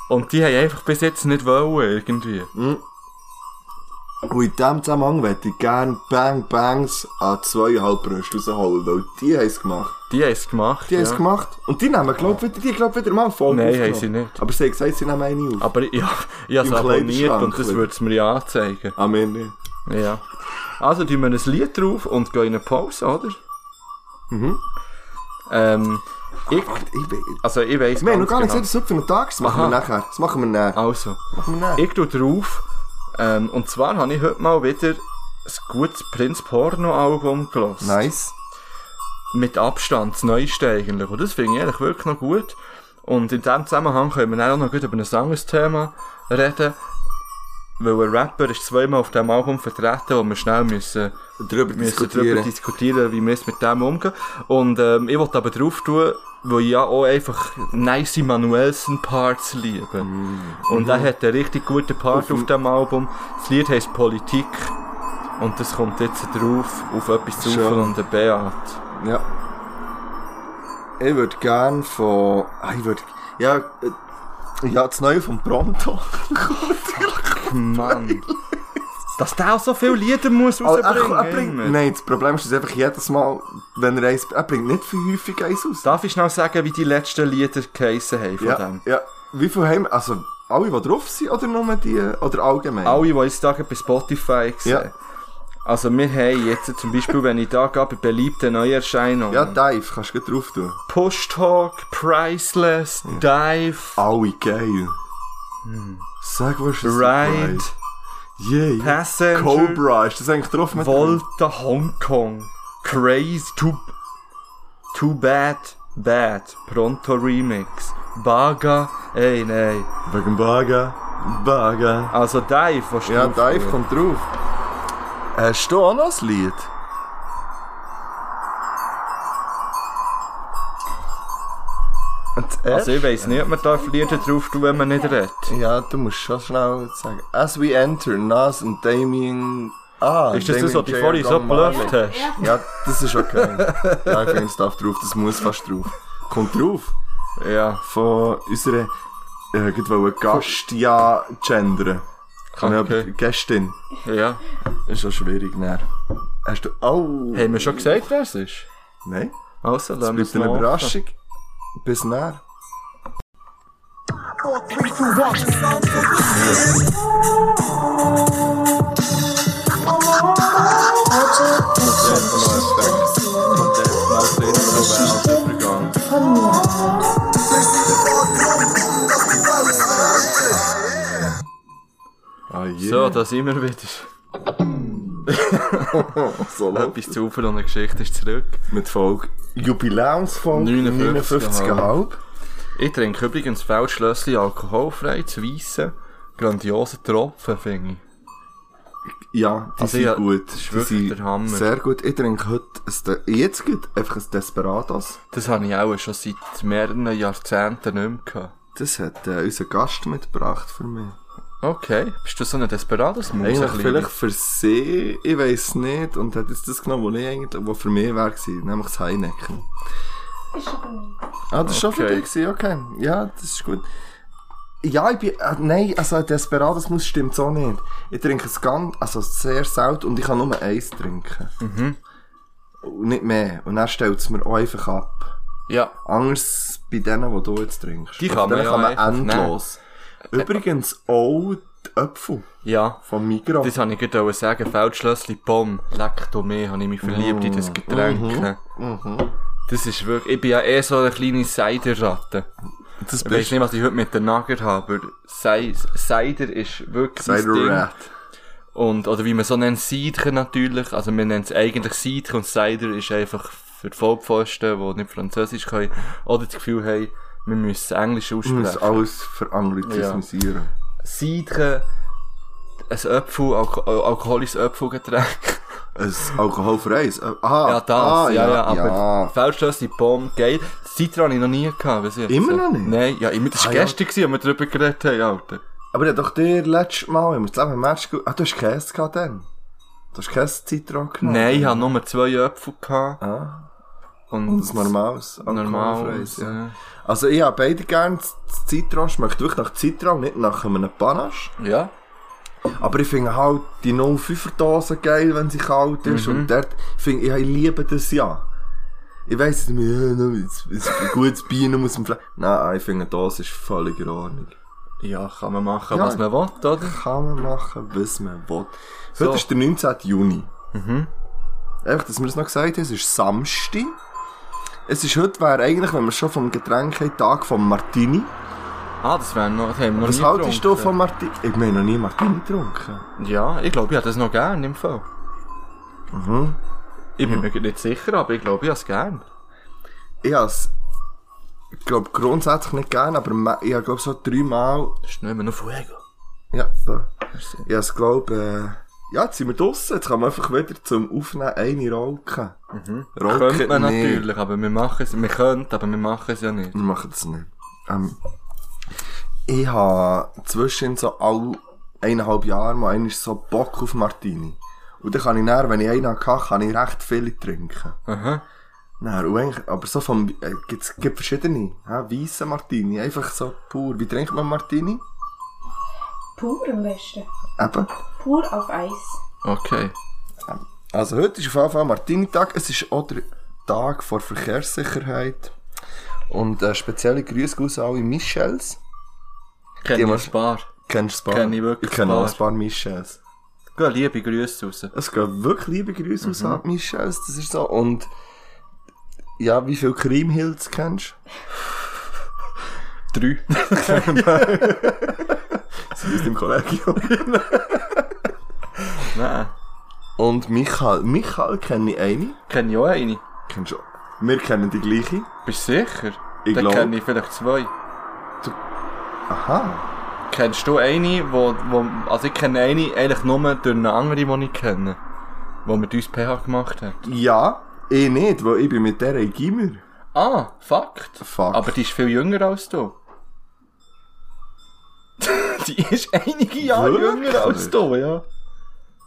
S2: Und die haben einfach bis jetzt nicht wollen, irgendwie.
S1: Und in diesem Zusammenhang möchte ich gerne Bang Bangs an zweieinhalb Brüste rausholen, weil die haben es gemacht.
S2: Die haben es gemacht.
S1: Die haben es
S2: ja.
S1: gemacht. Und die nehmen, glaube ich, die, glaub, wieder mal eine Folge
S2: Nein, haben
S1: aufgenommen.
S2: sie nicht.
S1: Aber sie haben gesagt, sie nehmen eine auf.
S2: Aber ich, ja, ich habe
S1: Im
S2: es abonniert
S1: Kleiderschrank
S2: und das
S1: wieder.
S2: würde es mir ja anzeigen.
S1: Amen. Ah, nicht.
S2: Ja. Also tun wir ein Lied drauf und gehen in eine Pause, oder? Mhm.
S1: Mhm.
S2: Ähm, ich,
S1: Warte, ich bin...
S2: also ich weiss
S1: Wir haben noch
S2: ganz
S1: gar nicht gesehen,
S2: genau.
S1: das ist für einen Tag. Das machen wir
S2: Aha. Ah.
S1: nachher. Das machen wir nachher.
S2: Also,
S1: Das machen wir nachher.
S2: ich tue drauf. Ähm, und zwar habe ich heute mal wieder ein gutes Prinz Porno Album gelassen.
S1: Nice.
S2: Mit Abstand, das Neueste eigentlich. Und das finde ich eigentlich wirklich noch gut. Und in diesem Zusammenhang können wir dann auch noch gut über ein anderes Thema reden. Weil ein Rapper ist zweimal auf diesem Album vertreten, wo wir schnell müssen
S1: Darüber
S2: Wir müssen darüber diskutieren, wie wir es mit dem umgehen. Und ähm, ich wollte aber drauf tun, weil ich ja auch einfach nice Manuelsen-Parts liebe.
S1: Mm.
S2: Und
S1: Mhm.
S2: er hat einen richtig guten Part auf dem Album. Das Lied heisst Politik. Und das kommt jetzt drauf, auf etwas zu
S1: Schön.
S2: und der Beat.
S1: Ja. Ich würde gerne von... Ah, ich würde... Ja, äh, ja, das Neue vom Pronto.
S2: Mann. Dass der auch so viele Lieder muss
S1: Also,
S2: rausbringen
S1: er, er bringt,
S2: immer.
S1: nein, das Problem ist, dass einfach jedes Mal, wenn er eins... Er bringt nicht viel häufig eins raus.
S2: Darf ich schnell sagen, wie die letzten Lieder geheissen haben von
S1: ja,
S2: dem?
S1: ja. Wie viel haben wir? Also, alle, die drauf sind, oder nur die... eh, Oder allgemein?
S2: alle, die jetzt sagen, bei Spotify sehen.
S1: Ja.
S2: Also wir haben jetzt zum Beispiel, wenn ich da gehe, bei beliebten Neuerscheinungen.
S1: Ja, Dive, kannst du gut drauf tun.
S2: Push Talk, Priceless, Dive,
S1: Alle geil. Sag, was ist das?
S2: Ride,
S1: Yeah, yeah.
S2: Passenger,
S1: Cobra, ist das eigentlich drauf mit
S2: Volta, Hongkong, Crazy, Too, Too Bad, Bad, Pronto Remix, Baga, ey
S1: dem?
S2: nein.
S1: Wegen Baga. Baga.
S2: Also Dive, was
S1: Ja,
S2: drauf
S1: Dive
S2: tun?
S1: kommt drauf. Hast du auch noch ein Lied? Und
S2: Also ich weiss nicht, ob man da Lieder drauf tun, wenn man nicht redet.
S1: ja, du musst schon schnell sagen. As we enter, Nas und Damien. Ah,
S2: Ist das
S1: Damien
S2: das, was du
S1: J.
S2: vorhin so
S1: Argan Marley.
S2: blöft hast?
S1: Ja, das ist okay. ja, ich finde, es darf drauf, das muss fast drauf. Kommt drauf.
S2: Ja.
S1: von unserer äh, irgendwo Gast ja gendern. Kann
S2: Okay.
S1: ich aber Gästin.
S2: Ja.
S1: Ist schon schwierig, ne? Hast du. Oh!
S2: Haben wir schon gesagt, wer es ist?
S1: Nein?
S2: Also,
S1: Das
S2: lassen wir
S1: bleibt
S2: es
S1: eine
S2: noch offen.
S1: Überraschung. Bis näher. Ah,
S2: So,
S1: yeah.
S2: da sind wir wieder.
S1: So, laut.
S2: Etwas zu Ufer und eine Geschichte ist zurück.
S1: Mit Folge Jubiläumsfolge
S2: 59,5.
S1: 59,5.
S2: Ich trinke übrigens Feldschlössli alkoholfrei, zu weissen. Grandiose Tropfen, finde ich.
S1: Ja, die
S2: Also
S1: sind
S2: ja,
S1: gut.
S2: das ist
S1: Die
S2: wirklich
S1: sind
S2: der Hammer.
S1: Sehr gut. Ich trinke heute, ein De- jetzt geht einfach ein Desperados.
S2: Das habe ich auch schon seit mehreren Jahrzehnten nicht mehr gehabt.
S1: Das hat äh, unser Gast mitgebracht für mich.
S2: Okay, bist du so ein desperados Maus?
S1: Eigentlich vielleicht für sie, ich weiß nicht, und hat jetzt das genommen, was ich eigentlich, was für mich wäre gewesen, nämlich das Heineken.
S3: Ist schon bei mir.
S1: Ah, das war schon für
S2: Okay.
S1: dich, gewesen, okay. Ja, das ist gut. Ja, ich bin, äh, nein, also ein Desperados muss stimmt so nicht. Ich trinke es ganz, also sehr selten und ich kann nur eins trinken. Mhm. Und nicht mehr. Und dann stellt es mir auch einfach ab.
S2: Ja,
S1: Anders bei denen, die du jetzt trinkst.
S2: Die
S1: Von
S2: kann man
S1: denen
S2: ja
S1: kann man
S2: einfach
S1: endlos. Übrigens auch die Äpfel
S2: ja.
S1: vom Migros.
S2: Das wollte ich gerade wollen sagen. Feldschlössli Pomm. Leck du mich, habe ich mich verliebt in das Getränk. Das ist wirklich... Ich bin ja eh so eine kleine Seiderratte.
S1: Das
S2: Ich weiß
S1: bist
S2: nicht, was ich heute mit der Nager habe, aber Sei- Cider ist wirklich mein
S1: Cider
S2: Ding.
S1: Rat.
S2: Und, oder wie man so nennt, Cider natürlich. Also man nennt es eigentlich Cider und Cider ist einfach für die Vollpfosten, die nicht Französisch können oder das Gefühl haben, wir müssen Englisch
S1: Ich muss
S2: aussprechen.
S1: alles veranglizismisieren.
S2: Cider, ein Apfel, Alko äh, alkoholisches Apfelgetränk.
S1: Ein alkoholfreies. äh, Ah,
S2: Ja, das,
S1: ah,
S2: ja, ja, aber ja.
S1: ja.
S2: Feldschlösschen, Bombe, geil. Cider habe ich noch nie gehabt, weiss ich jetzt.
S1: Immer noch nicht?
S2: Nein, ja, immer, das war
S1: Ah, ja.
S2: gestern, gewesen, als wir darüber geredet haben, Alter.
S1: Aber ja, doch der letztes Mal, im zusammen im Match ge- Ah, du hast Käse gehabt dann? Du hast Käse Zitron genommen?
S2: Nein, ich hatte nur zwei Äpfel. Gehabt
S1: Ah,
S2: und,
S1: und ein normales,
S2: normal.
S1: alkoholfreies. Ja.
S2: ja.
S1: Also ich habe beide gerne das das Zitron, schmeckt wirklich nach Zitron, nicht nach einem Panache.
S2: ja.
S1: Aber ich finde halt die 05er Dose geil, wenn sie kalt ist.
S2: Mhm.
S1: Und dort finde ich, ich liebe das ja. Ich weiss, es ist ein gutes Bier nur aus dem Fleisch. Nein, ich finde, die Dose ist völlig in Ordnung.
S2: Ja, kann man machen,
S1: Ja.
S2: was man will, oder?
S1: Kann man machen, was man will.
S2: So. Mhm.
S1: Heute ist der 19. Juni. Einfach, dass wir es noch gesagt haben, es ist Samstag. Es ist heute, wäre eigentlich, wenn wir schon vom Getränk haben, Tag vom Martini.
S2: Ah, das wäre noch, das haben wir noch
S1: Was
S2: nie
S1: haltest du
S2: getrunken.
S1: von Martini? Ich meine, noch nie Martini getrunken.
S2: Ja, ich glaube, ich hätte das noch gern im Fall. Mhm.
S1: Mhm.
S2: Ich bin mir grad nicht sicher, aber ich glaube, ich hätte es gern.
S1: Ich has, ich glaub, grundsätzlich nicht gern, aber ma- ich habe, glaub, so dreimal,
S2: Das ist nicht mehr nur Fuego.
S1: ja, da. Ich has, glaub, äh, ja, jetzt sind wir draussen, jetzt kann man einfach wieder zum Aufnehmen eine rauchen. Mhm. Rauchen
S2: Könnte man
S1: nicht.
S2: natürlich, aber wir machen es, wir könnten, aber wir machen es ja nicht.
S1: Wir machen das nicht. Ähm, ich habe zwischen so all eineinhalb Jahren mal einmal so Bock auf Martini. Und dann kann ich dann, wenn ich einen hatte, kann ich recht viele trinken.
S2: Aha.
S1: Nein, und eigentlich- aber so vom, äh, gibt's, gibt verschiedene, ja, weisse Martini, einfach so pur. Wie trinkt man Martini?
S3: Pur am besten.
S1: Eben.
S3: Pur auf Eis.
S2: Okay.
S1: Also heute ist auf jeden Fall Martini-Tag. Es ist auch der Tag vor Verkehrssicherheit. Und äh, spezielle Grüße gehen raus an alle Michels. Die
S2: Kenne
S1: mal-
S2: ich Spar.
S1: Kennst du ein paar?
S2: Kenn ich wirklich
S1: Ich kenne auch
S2: ein
S1: ein paar Michels.
S2: Geh liebe Grüße raus.
S1: Es gehen wirklich liebe Grüße raus an die Michels, das ist so. Und ja, wie viele Creamhills kennst
S2: Drei.
S1: du? Sie ist im Kollegium.
S2: Nein.
S1: Und Michael. Michael kenne ich eine.
S2: Kenne ich auch eine.
S1: Kennst du Wir kennen die gleiche.
S2: Bist du sicher?
S1: Ich
S2: Dann
S1: glaub.
S2: kenne ich vielleicht zwei.
S1: Aha.
S2: Kennst du eine, wo, wo, also ich kenne eine eigentlich nur durch eine andere, die ich kenne. Die mit uns PH gemacht hat.
S1: Ja, ich nicht, weil ich bin mit der in Gimmer.
S2: Ah, Fakt.
S1: Fakt.
S2: Aber die ist viel jünger als du. die ist einige Jahre
S1: Wirklich?
S2: jünger als du, ja.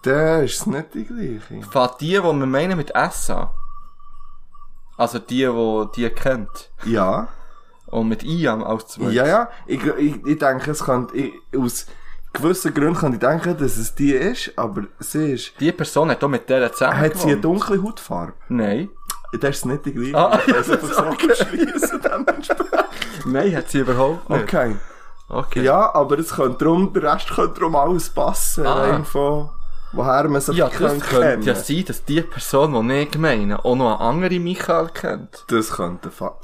S1: Der ist nicht die gleiche.
S2: Fahrt die, die wir meinen mit S an. Also die, die die kennt.
S1: Ja.
S2: Und mit I am als zwei.
S1: Ja, ja. Ich, ich, ich denke, es könnte. Ich, aus gewissen Gründen kann ich denken, dass es die ist, aber sie ist.
S2: Die Person hat auch mit der zusammen
S1: Hat sie eine
S2: gewohnt.
S1: dunkle Hautfarbe?
S2: Nein.
S1: Das ist nicht die gleiche. Also,
S2: Ah,
S1: Ich kann
S2: ja,
S1: es einfach
S2: das-
S1: so
S2: okay.
S1: beschliessen, dementsprechend.
S2: Nein, hat sie überhaupt nicht.
S1: Okay.
S2: okay.
S1: Ja, aber es könnte drum, der Rest könnte drum alles passen.
S2: Ah.
S1: Rein von woher man sich
S2: Ja, das
S1: könnte
S2: könnte
S1: kennen.
S2: ja sein, dass die Person, die ich meine, auch noch eine andere Michael kennt.
S1: Das könnte fa.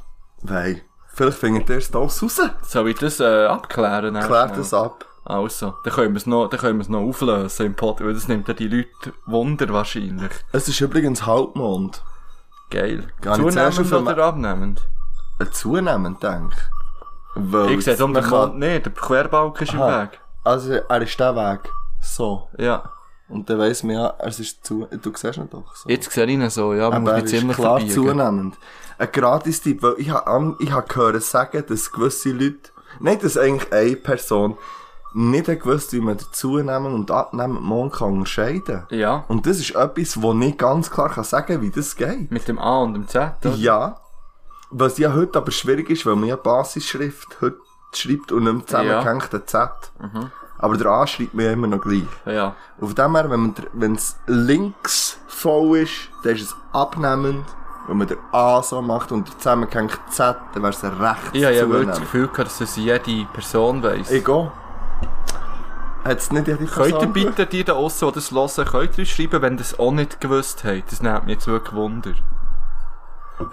S1: Wei. Vielleicht findet ihr es da raus. Klärt
S2: Soll ich das äh, abklären?
S1: es ab.
S2: Also, dann können wir es noch, dann können wir es noch auflösen im Pod, weil das nimmt ja die Leute Wunder wahrscheinlich.
S1: Es ist übrigens Halbmond.
S2: Geil.
S1: Gar nicht zuerst
S2: Zunehmend
S1: auf dem-
S2: oder abnehmend?
S1: Äh, Zunehmend, denke ich. Weil
S2: Ich sehe darum
S1: man
S2: den
S1: kann- Ah.
S2: Mond nicht, der Querbalken ist im
S1: Aha.
S2: Weg.
S1: Also, er ist der Weg. So.
S2: Ja.
S1: Und dann weiss man ja, es ist zu... Du siehst ihn doch so.
S2: Jetzt sehe ich ihn so, ja, man muss
S1: Aber
S2: mich
S1: er ist
S2: ziemlich
S1: klar
S2: verbiegen.
S1: zunehmend. Ein Gratis-Tipp, weil ich habe ich hab gehört sagen, dass gewisse Leute, nein, dass eigentlich eine Person nicht hat gewusst, wie man den zunehmend und abnehmend Mond kann unterscheiden kann.
S2: Ja,
S1: Und das ist etwas, wo ich ganz klar kann sagen kann, wie das geht.
S2: mit dem A und dem Z. oder?
S1: Ja. Was ja heute aber schwierig ist, weil man ja Basisschrift heute schreibt und nicht mehr zusammengehängt den Z.
S2: Mhm.
S1: Aber der A schreibt man ja immer noch gleich.
S2: ja.
S1: Auf dem her, wenn man der- wenn's links voll ist, dann ist es abnehmend. Wenn man der A so macht und der zusammengehängt Z, dann wär's es rechts
S2: Ich habe ja wirklich das
S1: zunehmend.
S2: Gefühl gehabt, dass es jede Person weiss.
S1: Ich gehe. Hat's nicht jede
S2: Könnt ihr
S1: Person
S2: bitte die da aussen, die das hören, könnt ihr uns schreiben, wenn ihr es auch nicht gewusst habt? Das nimmt mich jetzt wirklich Wunder.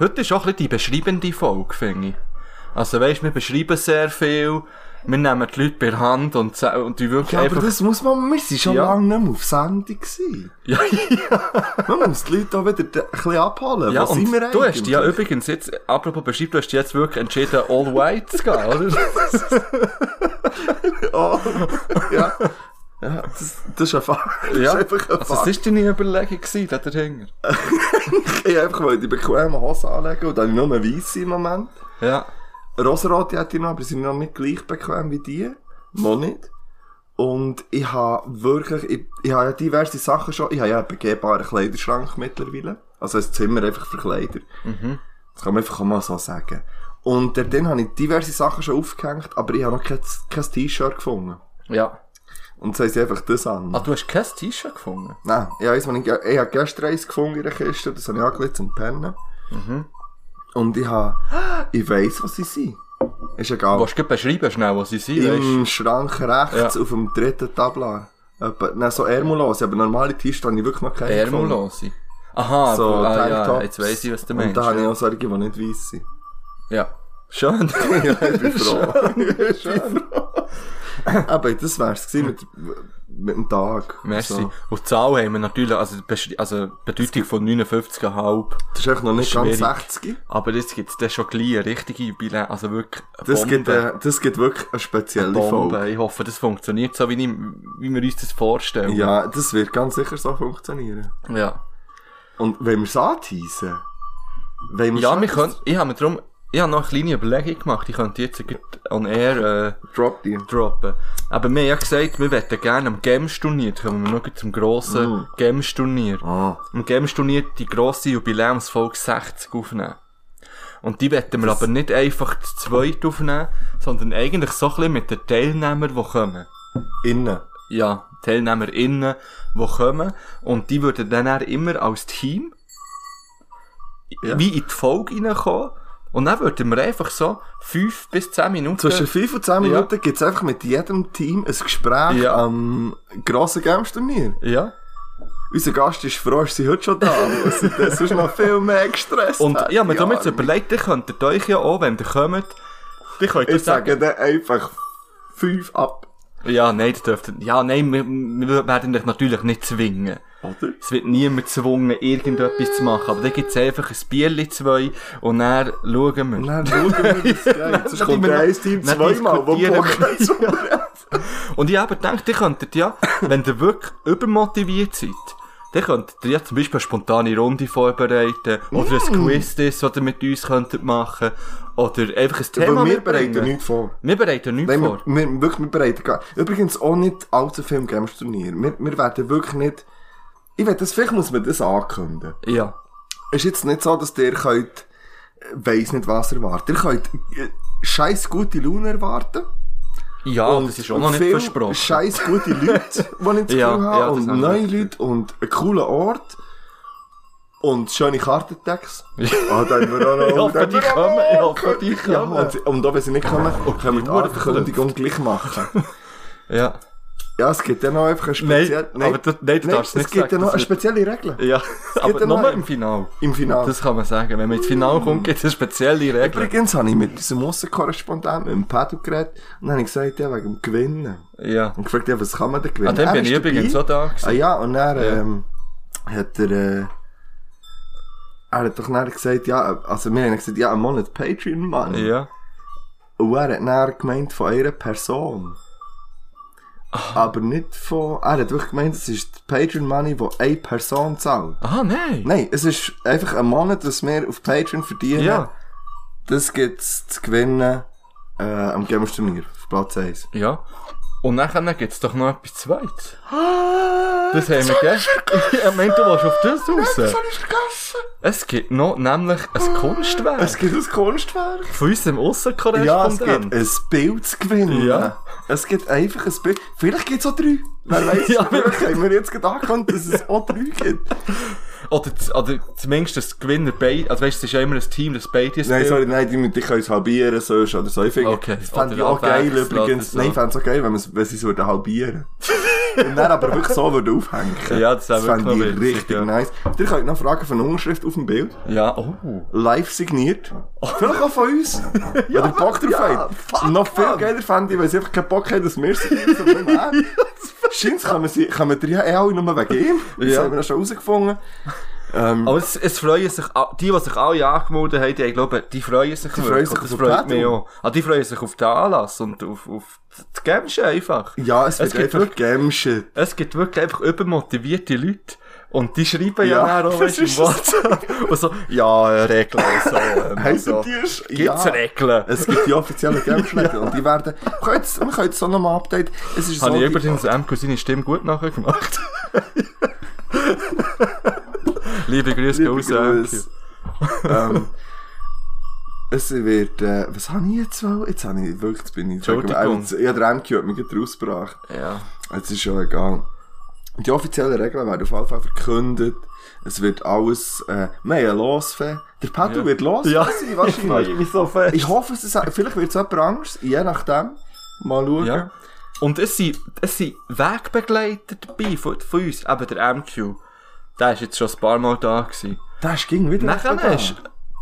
S2: Heute ist auch ein bisschen die beschreibende Folge, finde ich. Also weisst, wir beschreiben sehr viel, wir nehmen die Leute bei der Hand und, ze- und die wirklich
S1: Ja, aber
S2: einfach...
S1: das muss man, wir sind schon
S2: Ja.
S1: lange nicht mehr auf Sendung gewesen.
S2: ja,
S1: Man muss die Leute auch wieder d- ein bisschen abholen.
S2: ja,
S1: Wo
S2: und
S1: sind wir
S2: du hast dich ja
S1: eigentlich?
S2: übrigens jetzt, apropos beschreibt, du hast dich jetzt wirklich entschieden, all white zu gehen, oder?
S1: Oh, ja. ja das, das ist ein Fakt. Das
S2: Ja.
S1: ist einfach ein
S2: Also
S1: Fakt.
S2: was war deine Überlegung gewesen, da dahinter?
S1: Ich wollte einfach die bequeme Hose anlegen und dann habe ich nur eine weisse im Moment.
S2: Ja.
S1: Rosarote hätte ich noch, aber sie sind noch nicht gleich bequem wie die. Noch nicht. Und ich habe wirklich, ich, ich habe ja diverse Sachen schon. Ich habe ja einen begehbaren Kleiderschrank mittlerweile. Also ein Zimmer einfach für Kleider. Das kann man einfach auch mal so sagen. Und dann habe ich diverse Sachen schon aufgehängt, aber ich habe noch kein, kein T-Shirt gefunden.
S2: Ja.
S1: Und so ist einfach das an.
S2: Ah, du hast kein T-Shirt gefunden?
S1: Nein, ich weiss, ich, ich habe gestern eins gefunden in der Kiste, das habe ich angelegt zum Pennen. Und ich habe, ich weiss, was sie sind. Ist egal.
S2: Willst du gleich beschreiben schnell, was sie sind? weisst?
S1: Im Schrank rechts
S2: Ja.
S1: auf dem dritten Tablar. Etwa- Nein, so ärmellose, aber normale T-Shirts habe ich wirklich noch keine gefunden.
S2: Ärmellose. Äh, Aha,
S1: So,
S2: aber- ah, ja,
S1: Tanktops.
S2: jetzt weiss ich, was du
S1: Und
S2: meinst.
S1: da habe ich auch solche, die nicht weiss sind.
S2: Ja. Schön.
S1: ja, ich bin froh. Ich bin froh. aber das wär's gewesen mit, mit dem Tag.
S2: Merci.
S1: So.
S2: Und die Zahl haben wir natürlich, also, die Beschrei- also die Bedeutung von 59,5.
S1: Das ist echt noch nicht ganz
S2: Schwierig.
S1: 60.
S2: Aber jetzt gibt's dann schon gleich eine richtige Jubiläum, also wirklich eine
S1: Das
S2: Bombe.
S1: gibt, äh, das gibt wirklich eine spezielle Folge.
S2: Bombe. Ich hoffe, das funktioniert so, wie, ich, wie wir uns das vorstellen.
S1: Ja, das wird ganz sicher so funktionieren.
S2: Ja.
S1: Und wenn wir es anteasen, wenn wir
S2: Ja, wir können, ich habe mir drum, ich habe noch eine kleine Überlegung gemacht, ich könnte jetzt gerade on air, äh,
S1: Drop die.
S2: droppen. Aber wir haben ja gesagt, wir möchten gerne am Games-Turnier, da kommen wir noch gleich zum grossen
S1: Mm.
S2: Games-Turnier.
S1: Ah.
S2: Am Games-Turnier die grosse Jubiläumsfolge 60 aufnehmen. Und die werden wir aber nicht einfach zu zweit aufnehmen, sondern eigentlich so ein bisschen mit den Teilnehmern, die kommen.
S1: Innen.
S2: Ja, TeilnehmerInnen, die kommen. Und die würden dann eher immer als Team
S1: Ja.
S2: wie in die Folge reinkommen. Und dann würden wir einfach so 5 bis 10 Minuten...
S1: Zwischen 5 und 10
S2: Ja.
S1: Minuten gibt's gibt es einfach mit jedem Team ein Gespräch
S2: Ja.
S1: am grossen Games-Turnier.
S2: ja.
S1: Unser Gast ist froh, dass sie heute schon da ist. Das ist noch viel mehr gestresst.
S2: Und
S1: hat.
S2: ja, mir damit
S1: Arme.
S2: überlegt, ihr könntet euch ja auch, wenn ihr kommt, die könnt ihr
S1: Ich sage
S2: sagen.
S1: dann einfach 5 ab.
S2: Ja, nein, das dürft ihr, ja, nein, wir, wir werden dich natürlich nicht zwingen.
S1: Oder?
S2: Es wird niemand gezwungen, irgendetwas zu machen. Aber dann gibt's einfach ein Bierli zwei und dann schauen wir.
S1: Und dann schauen wir, wie es geht. Sonst
S2: Dann
S1: kommt
S2: wir-
S1: ein Team
S2: dann
S1: zweimal, wo
S2: diskutieren
S1: Bock hat um zum Reden.
S2: Und ich habe gedacht, ihr könntet ja, wenn ihr wirklich übermotiviert seid, dann könntet ihr ja zum Beispiel eine spontane Runde vorbereiten, oder ein
S1: Mm.
S2: Quiz, das ihr mit uns könntet machen, oder einfach ein Thema
S1: Aber wir
S2: mitbringen.
S1: bereiten nichts vor.
S2: Wir bereiten nichts
S1: Nein,
S2: vor.
S1: wir, wir, wirklich, wir bereiten gar Übrigens auch nicht allzu viel im Games-Turnier. Wir, wir werden wirklich nicht... Ich will das, vielleicht muss man das ankündigen.
S2: Ja.
S1: Es ist jetzt nicht so, dass ihr könnt... äh, weiss nicht, was erwarten. Ihr könnt äh, scheiß gute Laune erwarten.
S2: Ja, Oh, das ist auch noch nicht
S1: viel
S2: versprochen.
S1: scheiss gute Leute, die ich das
S2: Ja,
S1: Gefühl
S2: ja, das
S1: habe.
S2: habe
S1: und
S2: ich
S1: neue
S2: das Gefühl.
S1: Leute und einen coolen Ort. Und schöne Kartentext. Ah, da haben wir auch noch.
S2: Ich hoffe,
S1: da haben
S2: die
S1: wir auch
S2: kommen.
S1: noch-
S2: Ich hoffe, die
S1: Ja,
S2: kommen.
S1: und, und auch wenn sie nicht kommen, können wir die
S2: Uhr
S1: Ankündigung gleich machen.
S2: Ja.
S1: Ja, es gibt ja noch einfach eine spezielle...
S2: Nein, aber du- nein, du
S1: es
S2: darfst nicht
S1: gibt
S2: sagen,
S1: ja noch
S2: das
S1: eine
S2: wird-
S1: spezielle Regel.
S2: Ja, aber
S1: dann
S2: nur
S1: noch-
S2: im Final.
S1: Im Finale.
S2: Das kann man sagen. Wenn man ins Final kommt, gibt es spezielle Regeln.
S1: Übrigens habe ich mit unserem Aussenkorrespondenten, mit dem Pedro geredet, und dann habe ich gesagt, ja, wegen dem Gewinnen.
S2: Ja.
S1: Und gefragt, ja, was kann man denn gewinnen?
S2: An dem
S1: Er
S2: bin
S1: ist
S2: ich übrigens
S1: dabei.
S2: auch da.
S1: Ah
S2: gewesen.
S1: ja, und dann ähm, hat er... Äh, er hat doch dann gesagt, ja, also wir haben gesagt, ja, einen Monat Patreon, Mann.
S2: Ja.
S1: Und er hat dann gemeint von einer Person.
S2: Ah.
S1: Aber nicht von... Er hat wirklich gemeint, es ist die Patreon Money, die eine Person zahlt.
S2: Aha, nein.
S1: Nein, es ist einfach ein Monat, dass wir auf Patreon verdienen.
S2: Ja.
S1: Das gibt's zu gewinnen äh, am Gamerturnier auf Platz 1.
S2: Ja. Und nachher gibt's doch noch etwas Zweites.
S1: Ah,
S2: Das haben wir gestern. Ich meine, du willst auf das raus.
S1: ich vergessen.
S2: Es gibt noch nämlich ein Kunstwerk
S1: Es gibt ein Kunstwerk.
S2: von unserem
S1: Ja, es gibt
S2: Aussenkorrespondent.
S1: ein Bild zu gewinnen.
S2: Ja.
S1: Es gibt einfach ein Bild. Vielleicht gibt's auch drei. Wer weiß,
S2: Ja,
S1: vielleicht haben wir jetzt gedacht, dass es auch drei gibt.
S2: oder, z- oder zumindest das Gewinner beide. Also weißt du, es ist ja immer ein Team, das beide ist.
S1: Nein, sorry, nein, die, die können es halbieren, sonst oder so. Ich finde,
S2: Okay.
S1: das fände ich
S2: Oder
S1: auch geil
S2: abwechseln
S1: übrigens.
S2: oder so.
S1: Nein, ich fände es auch geil, wenn, man es- wenn sie es würden halbieren Und dann aber wirklich so würden aufhängen.
S2: Ja, das wäre
S1: fände
S2: wirklich
S1: ich
S2: noch witzig,
S1: richtig
S2: ja.
S1: nice. Ihr könnt noch fragen von einer Unterschrift auf dem Bild.
S2: Ja, oh.
S1: Live signiert. Vielleicht auch von uns. ja, Oder Bock drauf
S2: ja,
S1: hat.
S2: fuck,
S1: Noch viel
S2: Mann.
S1: geiler fände ich, weil sie einfach keinen Bock haben, dass wir es signieren, sondern nur er. Scheint, kann man, sie, kann man drei eh alle nur wegen ihm. Das
S2: Ja.
S1: haben wir noch schon rausgefunden.
S2: Aber es, es freuen sich, a- die, die sich alle angemeldet haben, die, ich glaube, die freuen sich Die
S1: freuen sich
S2: das
S1: auf
S2: freut
S1: die
S2: mich
S1: Platin.
S2: auch. Ah, die freuen sich auf den Anlass und auf, auf die Games einfach.
S1: Ja, es wird
S2: gibt
S1: einfach Gamshit.
S2: Es gibt wirklich einfach übermotivierte Leute. Und die schreiben ja,
S1: Ja,
S2: ja auch
S1: das
S2: weißt, im
S1: ist so.
S2: WhatsApp. Und so, ja, äh, Regeln und so. Ähm,
S1: Heißt
S2: also,
S1: die ist?
S2: Gibt's Regeln?
S1: Es gibt die offiziellen Gameschläge und die werden. Wir können jetzt, wir können jetzt so nochmal updaten. Es ist so.
S2: Habe ich
S1: die-
S2: übrigens M. Cousine Stimme gut nachher gemacht. Liebe Grüße
S1: Liebe
S2: gehen raus, M.
S1: Grüße. ähm, es wird. Äh, was habe ich jetzt wohl? Jetzt habe ich wirklich. Jetzt bin ich
S2: Entschuldigung.
S1: Ich habe den MQ hat mich gerade rausgebracht.
S2: Ja.
S1: Jetzt ist schon egal. Die offiziellen Regeln werden auf jeden Fall verkündet. Es wird alles. Äh, wir haben eine Losfee. Der Pedro
S2: Ja.
S1: wird los
S2: Ja.
S1: sein, wahrscheinlich.
S2: mich so fest.
S1: ich hoffe, es ist, vielleicht wird es jemand anders. Je nachdem. Mal schauen.
S2: Ja. Und es sind, es sind Wegbegleiter dabei von, von uns, eben der MQ. Der ist jetzt schon ein paar Mal da gewesen.
S1: Das ging wieder.
S2: Nachher
S1: da.
S2: ist,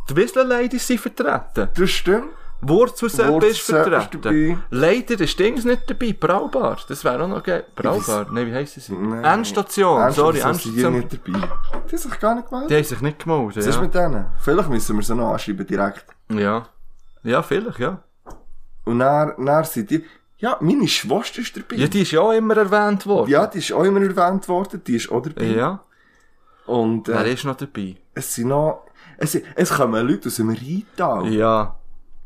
S2: die Whistler-Ladies sind vertreten.
S1: Das stimmt.
S2: Wurzelsepp ist
S1: Wurzelsepp ist dabei.
S2: vertreten. Leider ist Dings nicht dabei. Braubar. Das wäre auch noch geil. Braubar. Nein, wie heisst sie?
S1: Nein.
S2: Endstation. Sorry,
S1: Ernsthaft, sind die
S2: Endstation.
S1: nicht dabei. Die haben sich gar nicht gemeldet.
S2: Die haben sich nicht gemeldet.
S1: Was ist
S2: Ja.
S1: mit denen? Vielleicht müssen wir sie noch anschreiben direkt.
S2: ja. Ja, vielleicht, ja.
S1: Und dann, dann sind die... Ja, meine Schwester ist dabei.
S2: Ja, die ist ja auch immer erwähnt worden.
S1: Ja, die ist auch immer erwähnt worden. Die ist auch dabei.
S2: Ja.
S1: Und
S2: Wer
S1: äh,
S2: ist noch dabei?
S1: es sind noch... Es, sind- es kommen Leute aus dem Rheintal.
S2: Ja.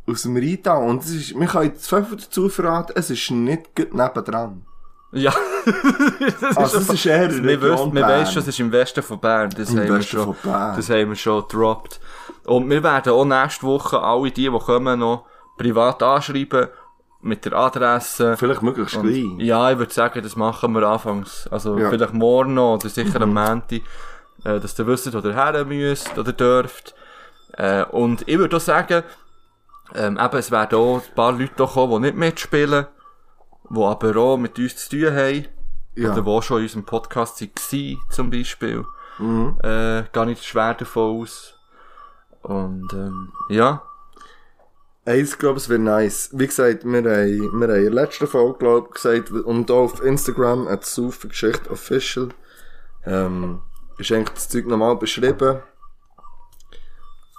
S1: Aus dem Rheintal. Und es ist, wir können jetzt so viel dazu verraten, es ist nicht gut nebendran.
S2: Ja. das
S1: Also es ist eher eine
S2: Wir
S1: Region
S2: wissen, wir
S1: Bern.
S2: wissen schon, es ist im Westen von Bern. Das
S1: Im
S2: haben wir
S1: Westen
S2: schon,
S1: von Bern.
S2: Das haben wir schon gedroppt. Und wir werden auch nächste Woche alle die, die kommen, noch privat anschreiben. Mit der Adresse.
S1: Vielleicht möglichst
S2: Und,
S1: klein.
S2: ja, ich würde sagen, das machen wir anfangs. Also
S1: Ja. Mhm.
S2: vielleicht morgen noch oder sicher am Montag. Äh, dass ihr wisst, wo ihr her müsst oder dürft. Äh, und ich würde auch sagen, ähm, eben, es werden auch ein paar Leute doch kommen, die nicht mitspielen, die aber auch mit uns zu tun haben.
S1: Ja.
S2: Oder die auch schon in unserem Podcast waren, zum Beispiel.
S1: Mhm.
S2: Äh, gar nicht schwer davon aus. Und ähm, ja,
S1: Eins, glaube ich, wäre nice. Wie gesagt, wir haben, wir haben in der letzten Folge, glaube ich, gesagt, und auch auf Instagram, at Saufengeschichte Official, ähm, ist eigentlich das Zeug nochmal beschrieben.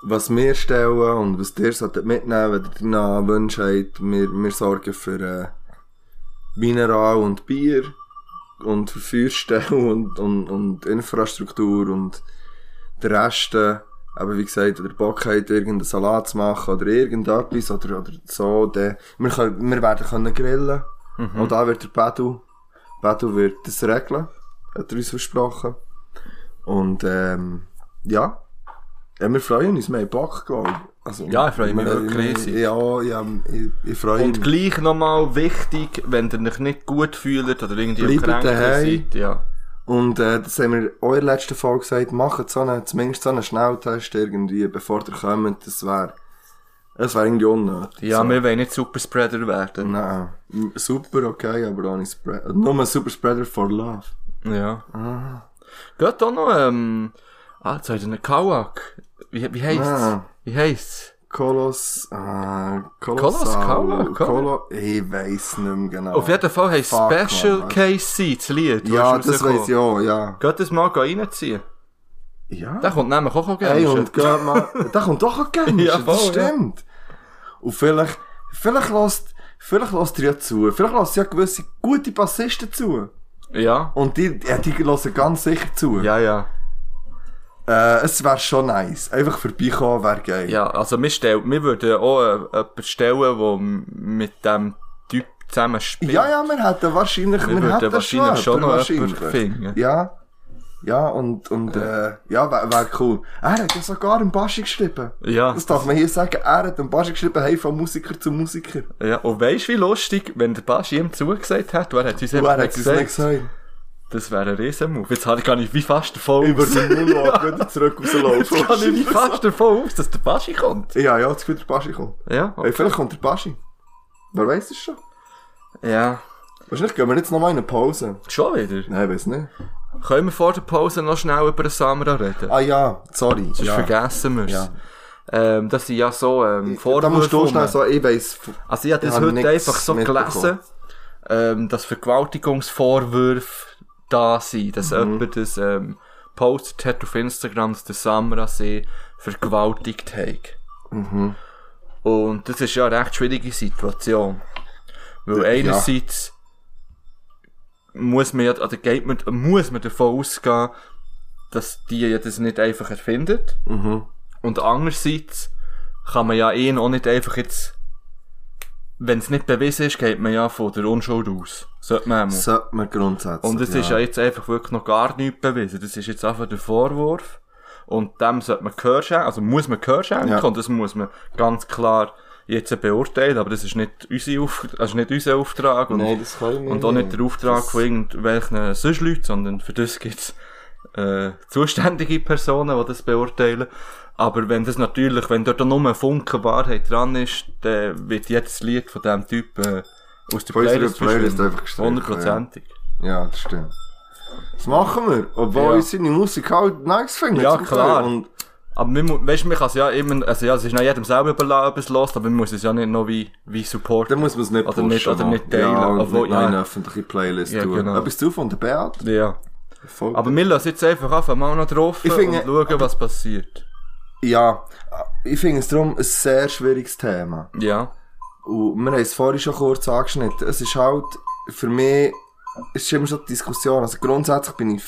S1: Was wir stellen und was ihr solltet mitnehmen, wenn ihr die noch Wünsche habt. Wir, wir sorgen für, äh, Mineral und Bier und für Feuerstellen und, und, und Infrastruktur und den Rest, äh, aber wie gesagt, oder Bock hat, irgendeinen Salat zu machen oder irgendetwas oder, oder so, dann, wir, können, wir werden können grillen
S2: Mhm.
S1: und da wird der Pedro, Pedro wird das regeln, hat er uns versprochen. Und ähm, ja, ja, wir freuen uns, wir haben Bock, glaube ich. Also,
S2: Ja, ich freue mich
S1: wir-
S2: wirklich riesig.
S1: Ja, ja ich, ich freue
S2: Und
S1: mich.
S2: gleich nochmal wichtig, wenn ihr euch nicht gut fühlt oder irgendwie
S1: Bleibt daheim.
S2: seid. Ja.
S1: Und äh, das haben wir auch in der letzten Folge gesagt, macht so einen, zumindest so einen Schnelltest irgendwie, bevor ihr kommt, das wäre das wär irgendwie unnötig.
S2: ja,
S1: so.
S2: wir wollen nicht Superspreader werden.
S1: Nein, M- super okay, aber auch nicht Spreader. Nur ein super Spreader for love.
S2: Ja.
S1: Ah.
S2: Geht auch noch, ähm, ah, jetzt habt ihr einen Kauak. Wie, wie heisst's?
S1: Nein.
S2: Wie heisst's?
S1: Kolos, äh,
S2: Kolos, Kaula,
S1: Kolossal,
S2: Kola?
S1: Kolo, ich weiss nicht mehr genau.
S2: Auf jeden Fall heisst
S1: Fuck,
S2: Special
S1: Mann.
S2: KC, das Lied. wo
S1: Ja,
S2: es
S1: das
S2: rauskommt.
S1: weiss ich auch, ja.
S2: Geht das mal reinziehen.
S1: Ja?
S2: Der kommt nämlich auch gerne.
S1: Hey, und geht mal, da kommt doch ein Gangster,
S2: Ja, voll,
S1: das
S2: ja.
S1: stimmt. Und vielleicht, vielleicht lässt, Vielleicht lasst ihr ja zu. Vielleicht lasst ihr ja gewisse gute Bassisten zu.
S2: Ja.
S1: Und die, ja, die hören ganz sicher zu.
S2: Ja, ja.
S1: Äh, es wäre schon nice. Einfach vorbeikommen wäre geil.
S2: Ja, also wir, stell, wir würden auch äh, jemanden stellen, der m- mit dem Typ zusammen spielt.
S1: Ja, ja, wir hätten wahrscheinlich,
S2: Wir
S1: wir
S2: würden
S1: hätten
S2: wahrscheinlich schon noch
S1: wahrscheinlich.
S2: jemanden finden.
S1: Ja. Ja, und, und, äh, ja, wäre wär cool. Er hat ja sogar einen Baschi geschrieben.
S2: Ja.
S1: Das darf man hier ah, sagen. Er hat einen Baschi geschrieben, hey, von Musiker zu Musiker.
S2: ja. Und weißt du, wie lustig, wenn der Baschi ihm zugesagt hat, wer hat uns
S1: Und
S2: einfach
S1: er
S2: nicht
S1: hat es nicht
S2: gesagt?
S1: gesagt.
S2: Das wäre ein Riesenmove. Jetzt habe ich gar nicht wie fast davon
S1: Über
S2: aus.
S1: den Müllwagen wieder zurück
S2: Jetzt habe ich wie
S1: rauslaufen.
S2: fast davon aus, dass der Baschi kommt.
S1: ja, ja, jetzt wird der Baschi kommen.
S2: Ja. oh.
S1: Hey, vielleicht kommt der Baschi. Wer weiß es schon?
S2: Ja.
S1: Wahrscheinlich gehen wir jetzt nochmal in eine Pause.
S2: Schon wieder.
S1: Nein, weiß nicht.
S2: Können wir vor der Pause noch schnell über den Samra reden?
S1: Ah ja, sorry.
S2: Sonst
S1: ja.
S2: vergessen wir es. Ähm, das sind ja so ähm,
S1: Da musst du schnell
S2: Vorwürfe, die man-
S1: so, ich weiss.
S2: Also ich habe
S1: Ich
S2: das
S1: habe
S2: heute
S1: nichts
S2: einfach so gelesen,
S1: mitbekommen.
S2: ähm, dass Vergewaltigungsvorwürfe da sind, dass
S1: Mhm.
S2: jemand das ähm, postet hat auf Instagram, dass der Samra sie vergewaltigt hat.
S1: Mhm.
S2: Und das ist ja eine recht schwierige Situation. Weil einerseits muss man ja, oder geht man, muss man davon ausgehen, dass die ja das nicht einfach erfindet. Und andererseits kann man ja ihn auch nicht einfach jetzt, wenn es nicht bewiesen ist, geht man ja von der Unschuld aus. Sollte man auch.
S1: Sollte man grundsätzlich.
S2: Und es ist ja jetzt einfach wirklich noch gar nichts bewiesen. Das ist jetzt einfach der Vorwurf. Und dem sollte man Gehör schenken, also muss man Gehör schenken
S1: Ja.
S2: und das muss man ganz klar jetzt beurteilen, aber das ist nicht, unsere Auf also nicht unser Auftrag und,
S1: Nein, das können wir
S2: und auch nicht
S1: nicht.
S2: der Auftrag
S1: Das-
S2: von irgendwelchen sonst Leuten, sondern für das gibt's äh, zuständige Personen, die das beurteilen. Aber wenn das natürlich, wenn dort nur ein Funken Wahrheit dran ist, dann wird jedes Lied von diesem Typ äh, aus der
S1: Von unserer
S2: Playlist,
S1: Playlist
S2: verschwinden.
S1: einfach gestrichen,
S2: Hundertprozentig.
S1: Ja, das stimmt. Das machen wir, obwohl
S2: eh- Ja.
S1: ich seine Musik halt nice finde.
S2: Ja,
S1: zum Teil.
S2: klar.
S1: Und
S2: Aber man, mu- weißt, man kann es ja immer, also ja, es ist noch jedem selber überlassen, ob es lässt, aber man muss es ja nicht noch wie, wie supporten.
S1: dann muss man es nicht
S2: Oder nicht- oder
S1: Mann.
S2: nicht teilen,
S1: Ja, und
S2: obwohl-
S1: nicht noch in eine
S2: ja.
S1: öffentliche Playlist
S2: Ja,
S1: tun.
S2: genau.
S1: Etwas zu von der Beat.
S2: Ja.
S1: Voll.
S2: Aber wir lassen jetzt einfach einfach mal noch drauf
S1: Ich finde-
S2: und schauen, was passiert.
S1: ja, ich finde es darum ein sehr schwieriges Thema.
S2: Ja.
S1: Und wir haben es vorhin schon kurz angeschnitten. Es ist halt, für mich, es ist immer so die Diskussion. Also grundsätzlich bin ich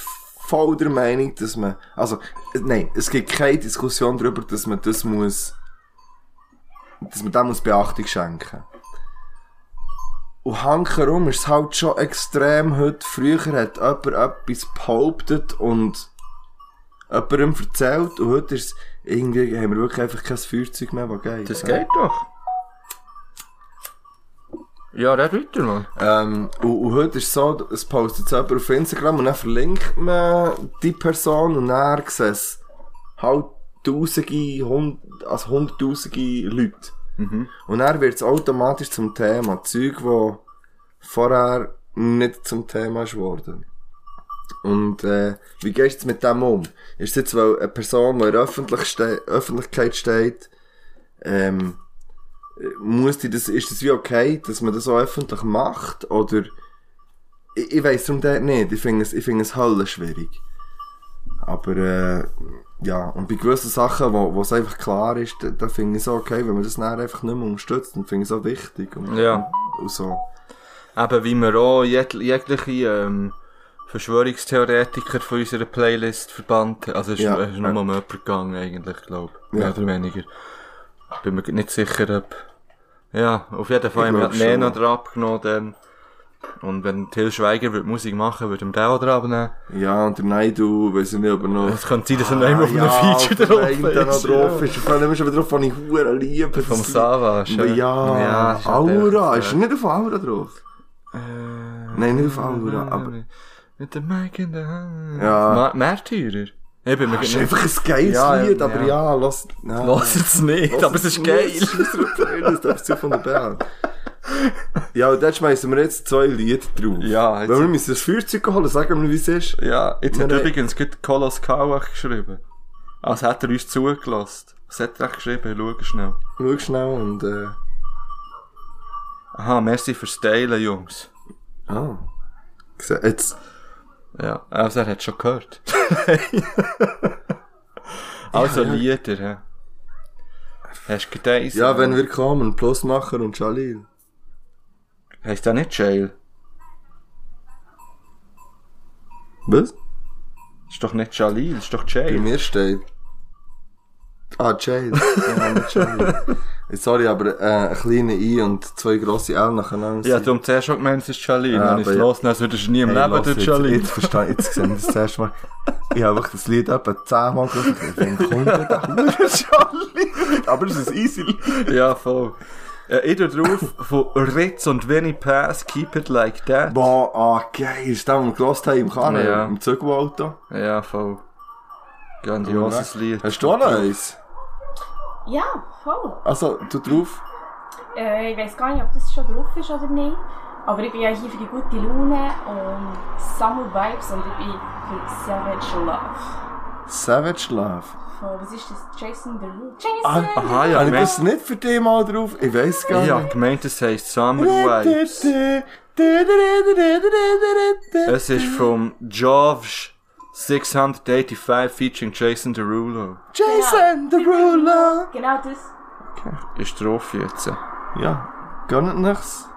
S1: voll der Meinung, dass man, also, äh, nein, es gibt keine Diskussion darüber, dass man das muss, dass man dem muss Beachtung schenken. Und hankerum ist es halt schon extrem heute. Früher hat jemand etwas behauptet und jemandem erzählt und heute ist es, irgendwie haben wir wirklich einfach kein Feuerzeug mehr, was geht.
S2: Das
S1: Ja.
S2: geht doch. Ja, red weiter, Mann.
S1: Ähm, und, und heute ist es so, es postet jemand auf Instagram und dann verlinkt man die Person und dann sieht es halt tausende, hund, also hunderttausende Leute. Und dann wird es automatisch zum Thema. Zeug, wo vorher nicht zum Thema ist worden. Und äh, wie gehst du mit dem um? Ist es jetzt, weil eine Person, die in der Öffentlich ste Öffentlichkeit steht, ähm, muss die das, ist das wie okay, dass man das auch öffentlich macht? Oder ich, ich weiss darum dort nicht. Ich finde es, ich finde es höllisch schwierig. Aber äh, ja, und bei gewissen Sachen, wo, wo es einfach klar ist, da, da finde ich es auch okay, wenn man das dann einfach nicht mehr unterstützt und finde ich es auch wichtig. Und,
S2: Ja.
S1: Und so.
S2: Eben, wie wir auch jeg jegliche ähm, Verschwörungstheoretiker von unserer Playlist verbannt haben. Also es ist,
S1: Ja.
S2: es ist nur um jemanden gegangen eigentlich, glaube ich. Mehr
S1: Ja.
S2: oder weniger. Bin mir nicht sicher, ob... Ja, auf jeden Fall haben wir
S1: glaub
S2: den Nena
S1: schon.
S2: dran abgenommen. Dann. Und wenn Till Schweiger würde Musik machen würde, würde ihm den auch dran abnehmen.
S1: Ja, und der Naidu, weiss ich nicht, ob er noch...
S2: Es könnte sein, dass er noch immer auf einem
S1: Ah, ja,
S2: Feature
S1: ob der
S2: drauf
S1: Naidu da noch
S2: ist.
S1: drauf ist. Ich freue mich schon wieder drauf, von ich Huren liebe.
S2: Vom
S1: Das-
S2: Savas.
S1: Ja, ja,
S2: ist halt
S1: Aura.
S2: einfach
S1: Ist er
S2: so.
S1: nicht auf Aura drauf? Nein, nicht auf
S2: eh,
S1: Aura, aber...
S2: Mit dem Mike in der Hand.
S1: Ja. Ah,
S2: Ma Märtyrer. Ich bin mir
S1: Das ist
S2: nicht-
S1: einfach ein geiles
S2: Ja,
S1: Lied,
S2: ja.
S1: aber ja, lass... Ja.
S2: Lass es nicht, aber es ist geil.
S1: Das darfst du von der Band. Ja, und dann schmeißen wir jetzt zwei Lieder drauf.
S2: Ja,
S1: Wenn
S2: jetzt-
S1: wir müssen das Feuerzeug holen, sagen wir, wie es ist.
S2: Ja, jetzt hat
S1: Wir-
S2: übrigens gerade Kolos Kauach geschrieben. Als hätte er uns zugelassen. Was hat er geschrieben? Schau schnell.
S1: Schau schnell und... Äh,
S2: Aha, merci fürs Teilen, Jungs.
S1: ah. Gse- Jetzt...
S2: Ja, also er hat schon gehört. also Lieder, hä? Hast du gedacht?
S1: Ja, wenn wir kommen, Plus machen und Jalil.
S2: Heißt ja nicht Jail.
S1: Was?
S2: Ist doch nicht Jalil, ist doch
S1: Bei
S2: Jail.
S1: mir steht. Ah, Jail. Ja, nicht Jail. Sorry, aber äh, ein kleiner I und zwei grosse L nacheinander.
S2: Ja,
S1: sind-
S2: du hast zuerst schon gemeint, es ist Jalil.
S1: Ja,
S2: Dann ist
S1: Ah, aber
S2: es
S1: ja.
S2: los, als würdest du nie im
S1: Hey,
S2: Leben
S1: lass
S2: den
S1: jetzt,
S2: Jalil.
S1: Jetzt verstehe ich, jetzt sehe ich das erste Mal. Ich habe wirklich das Lied etwa zehnmal gehört. Ich denke, kommt denn da Jalil? Aber es ist ein easy Lied.
S2: Ja, voll. Äh, ich tu drauf von Ritz und Winnie Pass, Keep It Like That.
S1: Boah, ah, geil. Ist das, was wir gehört haben im Kanal,
S2: Ja.
S1: im Zügelauto?
S2: Ja, voll. Grandioses Lied.
S1: Hast du auch noch eins?
S4: Ja, voll.
S1: Also, du drauf?
S4: Äh, ich weiß gar nicht, ob das schon drauf ist oder nicht. Aber ich bin ja hier für die gute Laune und Summer Vibes und ich bin für Savage Love.
S1: Savage Love.
S4: Voll, was ist das? Jason Derulo? Jason!
S1: Ah,
S2: Aha, ja,
S1: Habe ich
S2: gemeint-
S1: das nicht für dich mal drauf? Ich weiß gar
S2: Ja,
S1: nicht.
S2: gemeint, es heisst Summer Vibes. Es ist von George 685 featuring Jason Derulo.
S1: Jason Derulo.
S4: Genau das.
S2: Ist drauf jetzt.
S1: Ja, gönnt nichts.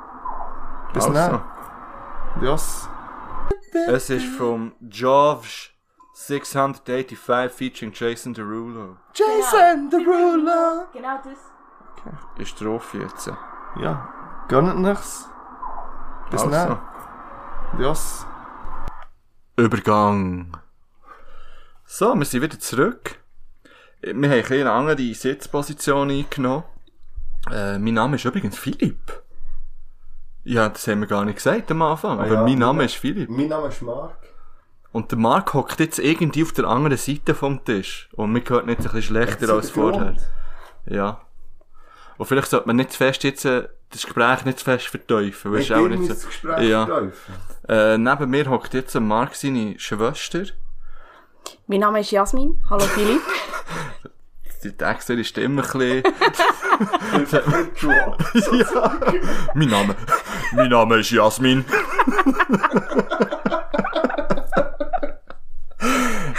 S1: Bis
S2: Also.
S1: dann. Yes.
S2: Es ist von George 685 featuring Jason Derulo.
S1: Jason Derulo.
S4: Genau das.
S2: Ist drauf jetzt.
S1: Ja, gönnt nichts. Bis
S2: Also.
S1: dann. Yes.
S2: Übergang. So, wir sind wieder zurück. Wir haben ein bisschen eine andere Sitzposition eingenommen. Äh, mein Name ist übrigens Philipp. Ja, das haben wir gar nicht gesagt am Anfang, aber
S1: ja,
S2: mein Name
S1: ja.
S2: ist Philipp.
S1: Mein Name ist Mark.
S2: Und der Marc hockt jetzt irgendwie auf der anderen Seite vom Tisch. Und mir gehört nicht ein bisschen schlechter als vorher. Ja. Und vielleicht sollte man nicht zu fest jetzt, äh, das Gespräch nicht zu fest verteufeln. weisst
S1: Ich
S2: du, auch
S1: bin
S2: nicht
S1: ins
S2: so-
S1: Gespräch
S2: Ja.
S1: tief.
S2: Äh, neben mir hockt jetzt ein Marc seine Schwester.
S4: Mein Name ist Jasmin. Hallo Philipp.
S2: Die Texte ist immer ein bisschen,
S1: Drop.
S2: mein Name, mein Name ist Jasmin.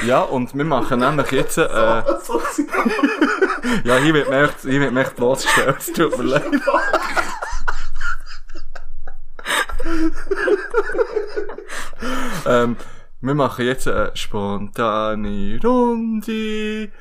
S2: ja, und wir machen nämlich jetzt, äh,
S1: So sind wir.
S2: Ja, hier wird mir echt, hier wird mir echt bloßgestellt, es tut mir leid. ähm, wir machen jetzt eine spontane Runde.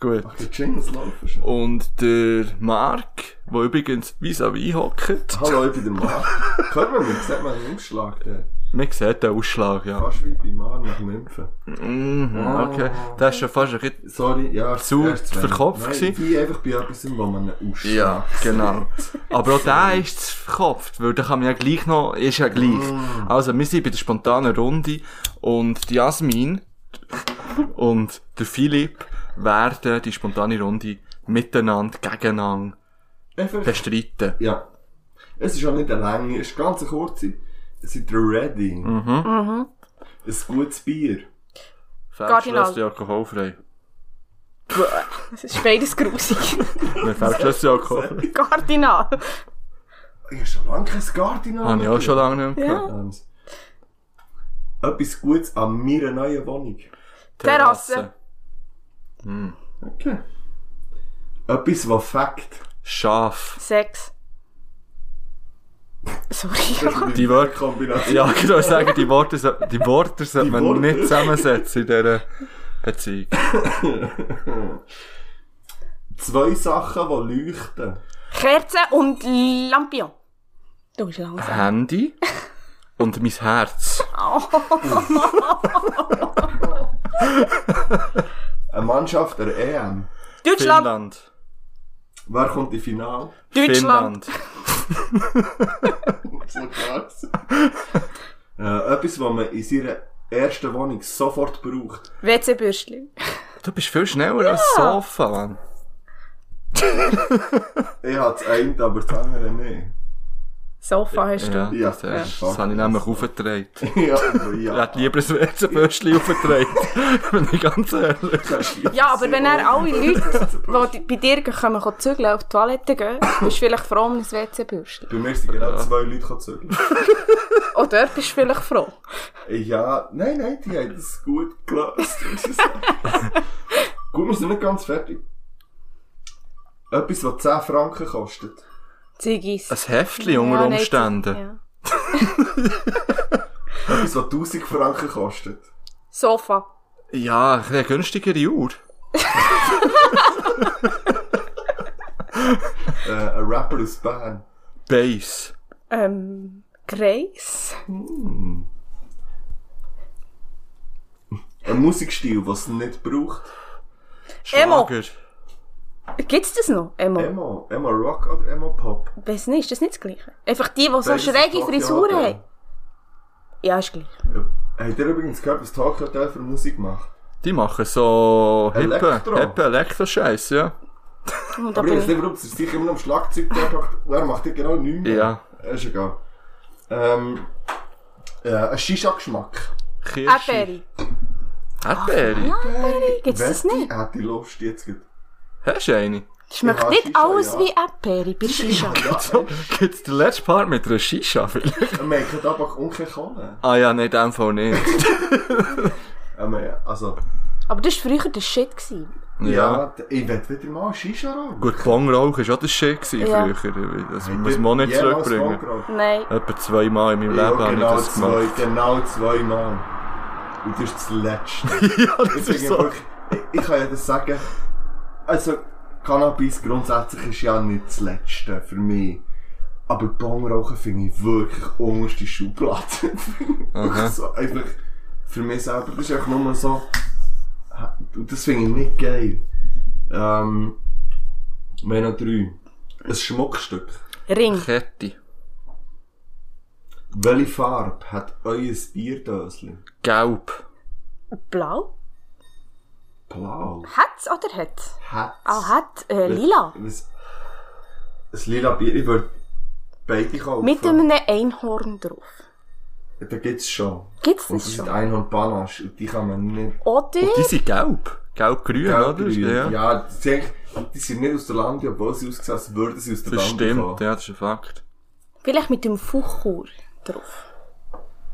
S2: Gut.
S1: Die Jingles laufen schon.
S2: Und der Marc, der übrigens vis-à-vis hockt,
S1: Hallo, ich bin der Mark. Können wir mich? Sieht man einen Umschlag? Der.
S2: man sieht den Ausschlag, ja.
S1: Fast wie bei Mark nach dem Impfen.
S2: Mhm, okay. Das ist schon fast ein bisschen
S1: Sorry, ja.
S2: Zu
S1: erst zwei.
S2: verkopft
S1: Nein,
S2: gewesen.
S1: Ich bin einfach bei etwas, wo man einen Ausschlag
S2: Ja, genau. Aber auch der ist zu verkopft, weil der kann man ja gleich noch, ist ja gleich. Also, wir sind bei der spontanen Runde und die Jasmin und der Philipp werden die spontane Runde miteinander, gegeneinander
S1: Einfach-
S2: bestreiten.
S1: Ja. Es ist auch nicht eine lange, es ist ganz eine kurze. Es sind ready. Mhm. Ein gutes Bier.
S2: Selbstschlüsse alkoholfrei.
S4: Es ist beides grusig.
S2: Nein, Selbstschlüsse alkoholfrei.
S4: Kardinal.
S1: Ich habe schon lange kein Gardinal.
S2: Habe ich auch schon lange nicht mehr gehört.
S1: Ähm, Etwas Gutes an meiner neuen Wohnung.
S4: Terrasse.
S1: Okay. Etwas, was Fakt.
S2: Schaf.
S4: Sex. Sorry.
S2: Die Wörter-
S1: Kombination.
S2: Ja, ich würde sagen, die Worte, so- die Worte sollte man
S1: Worte.
S2: nicht zusammensetzen in dieser Beziehung.
S1: Zwei Sachen, die leuchten.
S4: Kerze und Lampion. Du bist langsam.
S2: Handy und mein Herz.
S1: Eine Mannschaft der EM.
S4: Deutschland.
S2: Finnland.
S1: Wer kommt ins Finale?
S4: Deutschland.
S2: Finnland.
S1: So krass. äh, etwas, was man in seiner ersten Wohnung sofort braucht.
S4: WC-Bürstchen.
S2: Du bist viel schneller als Sofa, Mann.
S1: Ich habe das eine, aber das andere nicht.
S4: Sofa hast du.
S2: Ja,
S1: Ja,
S2: das, äh, das,
S1: ja.
S2: habe ich nämlich aufgetragen. Ich
S1: Ja, aber ja.
S2: hätte lieber ein Wärtsebürstchen aufgetragen. Bin ich ganz ehrlich.
S4: Ja, aber wenn er alle Leute, die bei dir kommen, kommen zügeln, auf die Toilette gehen, bist du vielleicht froh um ein WC-Bürstchen.
S1: Bei mir sind genau zwei Leute gezögert.
S4: Oder dort bist du vielleicht froh.
S1: Ja, nein, nein, die haben das gut gelöst. muss ich sagen. gut, wir sind nicht ganz fertig. Etwas, was 10 Franken kostet.
S5: Ziggis.
S2: Ein Heftchen unter
S5: nein,
S2: Umständen.
S5: Ja.
S1: Etwas, was 1000 Franken kostet.
S5: Sofa.
S2: Ja, ein bisschen eine günstigere Uhr.
S1: Äh, ein Rapper aus Bern.
S2: Bass.
S5: Ähm, Grace.
S1: Ein Musikstil, den es nicht braucht.
S5: Emo.
S2: Schlager.
S5: Gibt's das noch? Emo.
S1: Emo. Emo Rock oder Emo Pop?
S5: Weiss nicht, ist das nicht das Gleiche? Einfach die, die so
S1: Beides
S5: schräge
S1: ist
S5: Frisuren
S1: Tokyo
S5: haben. Ja, ist gleich.
S1: Hotel. Ja. Habt ihr Äh, übrigens gehört, was Tokyo Hotel für Musik macht?
S2: Die machen so hippe,
S1: Elektro.
S2: hippe Elektroscheiss, ja.
S5: Und da
S1: Aber ich
S5: bin
S1: weiß nicht,
S5: ich.
S1: warum es ist sicher immer noch am Schlagzeug da macht. Er macht ja genau nichts mehr.
S2: Ja.
S1: Ist egal. Ähm, äh, ein Shisha-Geschmack.
S2: Kirsche.
S5: Erdbeere.
S2: Erdbeere.
S5: Ah.
S1: Äh,
S5: Gibt's das
S1: Wette,
S5: nicht?
S1: Hätte ich Lust jetzt. gerade.
S2: Hast du eine?
S5: Schmeckt
S1: Ja,
S5: nicht
S1: Shisha,
S5: alles
S1: ja.
S5: wie Erdbeere bei Shisha.
S1: Ja,
S2: Gibt's den letzten Part mit einer Shisha vielleicht?
S1: man merkt halt aber ungefähr kann.
S2: ah ja, nicht, in dem Fall nicht.
S1: Also,
S5: Aber das war früher der Shit. Gewesen.
S1: ja,
S2: ja.
S1: ich werde wieder mal Shisha ran.
S2: Gut, Bongrauch war auch das Shit gewesen
S5: Ja.
S2: früher. Das muss man auch nicht zurückbringen.
S5: Nein.
S2: Etwa zweimal in meinem
S1: Ja,
S2: Leben habe ich
S1: genau,
S2: das
S1: zwei,
S2: gemacht.
S1: genau zweimal. Und das ist das Letzte.
S2: ja,
S1: Ich,
S2: das
S1: bin
S2: ist
S1: ja
S2: so.
S1: wirklich, ich, ich kann ja das sagen. Also, Cannabis grundsätzlich ist ja nicht das Letzte für mich. Aber Bongrauchen finde ich wirklich unterste Schublade. Wirklich so, einfach für mich selber. Das ist einfach nur so. Und das finde ich nicht geil. Ähm, wir haben noch drei. Ein Schmuckstück.
S5: Ring.
S2: Kette.
S1: Welche Farbe hat euer Bierdöschen?
S2: Gelb.
S5: Blau?
S1: Blau.
S5: Hat's oder hat?
S1: Hat's.
S5: Ah, hat. Äh, lila.
S1: Was- Ein lila Bier, ich würde beide kaufen.
S5: Mit einem Einhorn drauf.
S1: Da gibt's schon.
S5: Gibt's
S1: Und
S5: das
S1: das sind
S5: schon? Oh.
S1: Einhorn Panache und die kann man nicht.
S5: Oder?
S2: Die sind gelb. Gelb-grün, oder?
S1: ja.
S2: dus, Ja.
S1: ja die, sind, die sind nicht aus der Lande, obwohl sie ausgesehen als würden sie aus der
S2: Das
S1: Lande
S2: stimmt,
S1: kommen.
S2: ja, das ist ein Fakt.
S5: Vielleicht mit dem Fuchur drauf.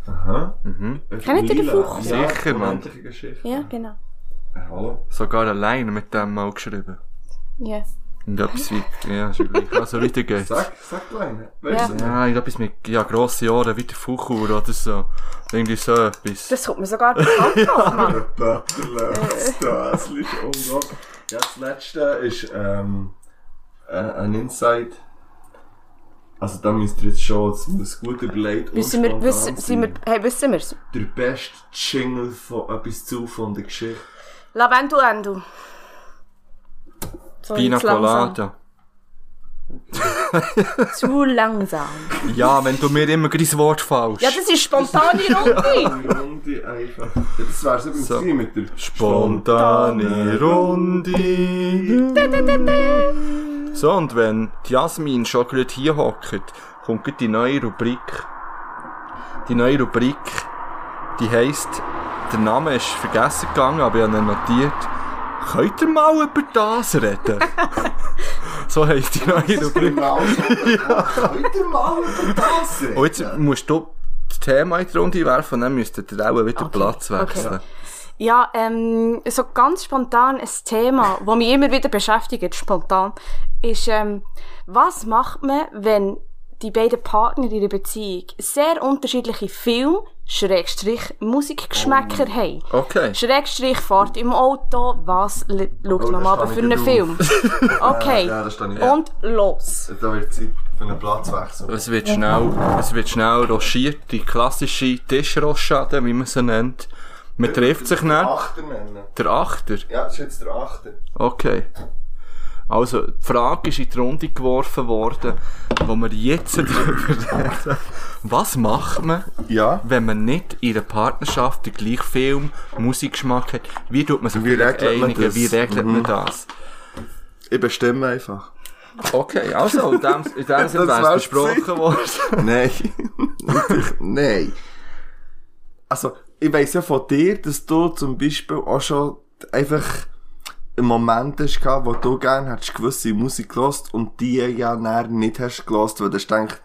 S1: Äh,
S5: Kennt ihr den
S1: lila.
S5: Fuchs?
S1: Ja,
S2: Mhm. Sicher, Mann.
S1: unendliche Geschichte.
S5: Ja, genau.
S1: Äh, Hallo?
S2: Sogar allein mit dem mal geschrieben.
S5: Ja.
S2: Und etwas weit, ja, ist ja gleich. Also weiter geht's.
S1: Sag, sag du einen. Weißt du?
S2: Ja, irgendetwas mit ja, grossen Jahren, wie der Fuchur oder so. Irgendwie so etwas.
S5: Das kommt mir sogar bekannt vor, Mann.
S1: Ein Böttler, das Döschen ist unglaublich. Ja, oh das letzte ist ähm, äh, ein Insight. Also da müsst ihr jetzt schon, das muss gut überlegt und
S5: Wissen wir,
S2: Oh,
S1: spontan sein.
S5: wissen, sind wir, hey, wissen wir's?
S1: Der beste Jingle von etwas zu von der Geschichte.
S5: Lavendu Endu. So,
S2: Pina
S5: jetzt langsam.
S2: Colada.
S5: Zu langsam.
S2: Ja, wenn du mir immer gleich das Wort fällst.
S5: Ja, das ist spontane Runde.
S1: Die Runde einfach. Ja, das wär's übrigens
S2: So.
S1: so. mit der
S2: Spontane Runde. So, und wenn die Jasmin schon gerade hier hockt, kommt gerade die neue Rubrik. Die neue Rubrik, die heisst, der Name ist vergessen gegangen, aber ich habe ihn notiert. Könnt ihr mal über das reden? so heisst die neue Rubrik.
S1: Genau so. Heute mal über das reden.
S2: Und jetzt musst du das Thema in die Runde werfen, dann müsstet ihr auch wieder Platz wechseln.
S5: Ja, ähm, so ganz spontan ein Thema, das mich immer wieder beschäftigt, spontan, ist, ähm, was macht man, wenn die beiden Partner in der Beziehung sehr unterschiedliche Film, Schrägstrich, Musikgeschmäcker
S1: Oh,
S5: haben?
S2: Okay.
S5: Schrägstrich, Fahrt im Auto, was li- schaut
S1: Oh, das
S5: man mal
S1: kann ich
S5: für einen
S1: nicht
S5: Film? Okay.
S1: Ja, das stehe ich.
S5: Und los.
S1: Da wird Zeit für einen Platzwechsel.
S2: Es wird schnell, es wird schnell rochiert, die klassische Tischrochade, wie man sie nennt. Man trifft sich nicht.
S1: Achter nennen.
S2: Der Achter.
S1: Ja, das ist jetzt der Achter.
S2: Okay. Also, die Frage ist in die Runde geworfen worden, wo wir jetzt darüber reden. Was macht man,
S1: Ja.
S2: wenn man nicht in der Partnerschaft den gleichen Film, Musikgeschmack hat? Wie tut man sich
S1: Wie
S2: vielleicht
S1: regelt man das? Mhm.
S2: Wie regelt man das?
S1: Ich bestimme einfach.
S2: Okay, also, in dem, in dem Sinne
S1: Das
S2: wäre
S1: wär's
S2: es besprochen worden.
S1: Nein. Natürlich Nein. Also, ich weiss ja von dir, dass du zum Beispiel auch schon einfach einen Moment hast gehabt, wo du gerne hättest gewisse Musik gelost und die ja näher nicht hast gelost, weil du hast gedacht,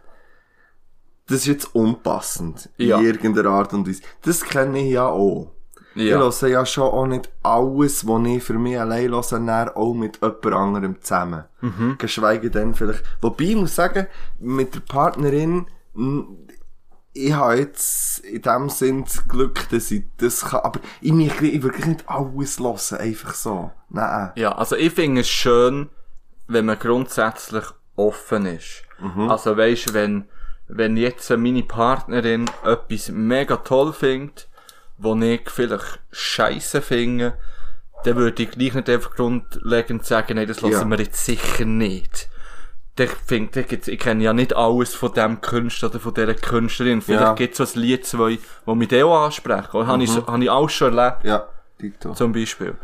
S1: das ist jetzt unpassend.
S2: Ja.
S1: In irgendeiner Art und Weise. Das kenne ich ja auch.
S2: Ja.
S1: Ich höre ja schon auch nicht alles, was ich für mich allein höre, dann auch mit jemand anderem zusammen. Geschweige denn vielleicht. Wobei, ich muss sagen, mit der Partnerin, m, ich habe jetzt in dem Sinn das Glück, dass ich das kann, aber ich möchte ich wirklich nicht alles hören, einfach so. Nein.
S2: Ja, also ich finde es schön, wenn man grundsätzlich offen ist.
S1: Mhm.
S2: Also weisst, wenn, wenn jetzt meine Partnerin etwas mega toll findet, wo ich vielleicht scheiße finde, dann würde ich gleich nicht einfach grundlegend sagen, nein, das lassen
S1: Ja.
S2: wir jetzt sicher nicht. Ich, find, da gibt's, ich kenne ja nicht alles von dem Künstler oder von dieser Künstlerin. Vielleicht
S1: Ja. Mhm.
S2: gibt's so ein Lied, zwei, wo mich dann auch ansprechen. Oder? Habe ich, so- habe ich alles schon erlebt
S1: Ja, Tito.
S2: zum Beispiel.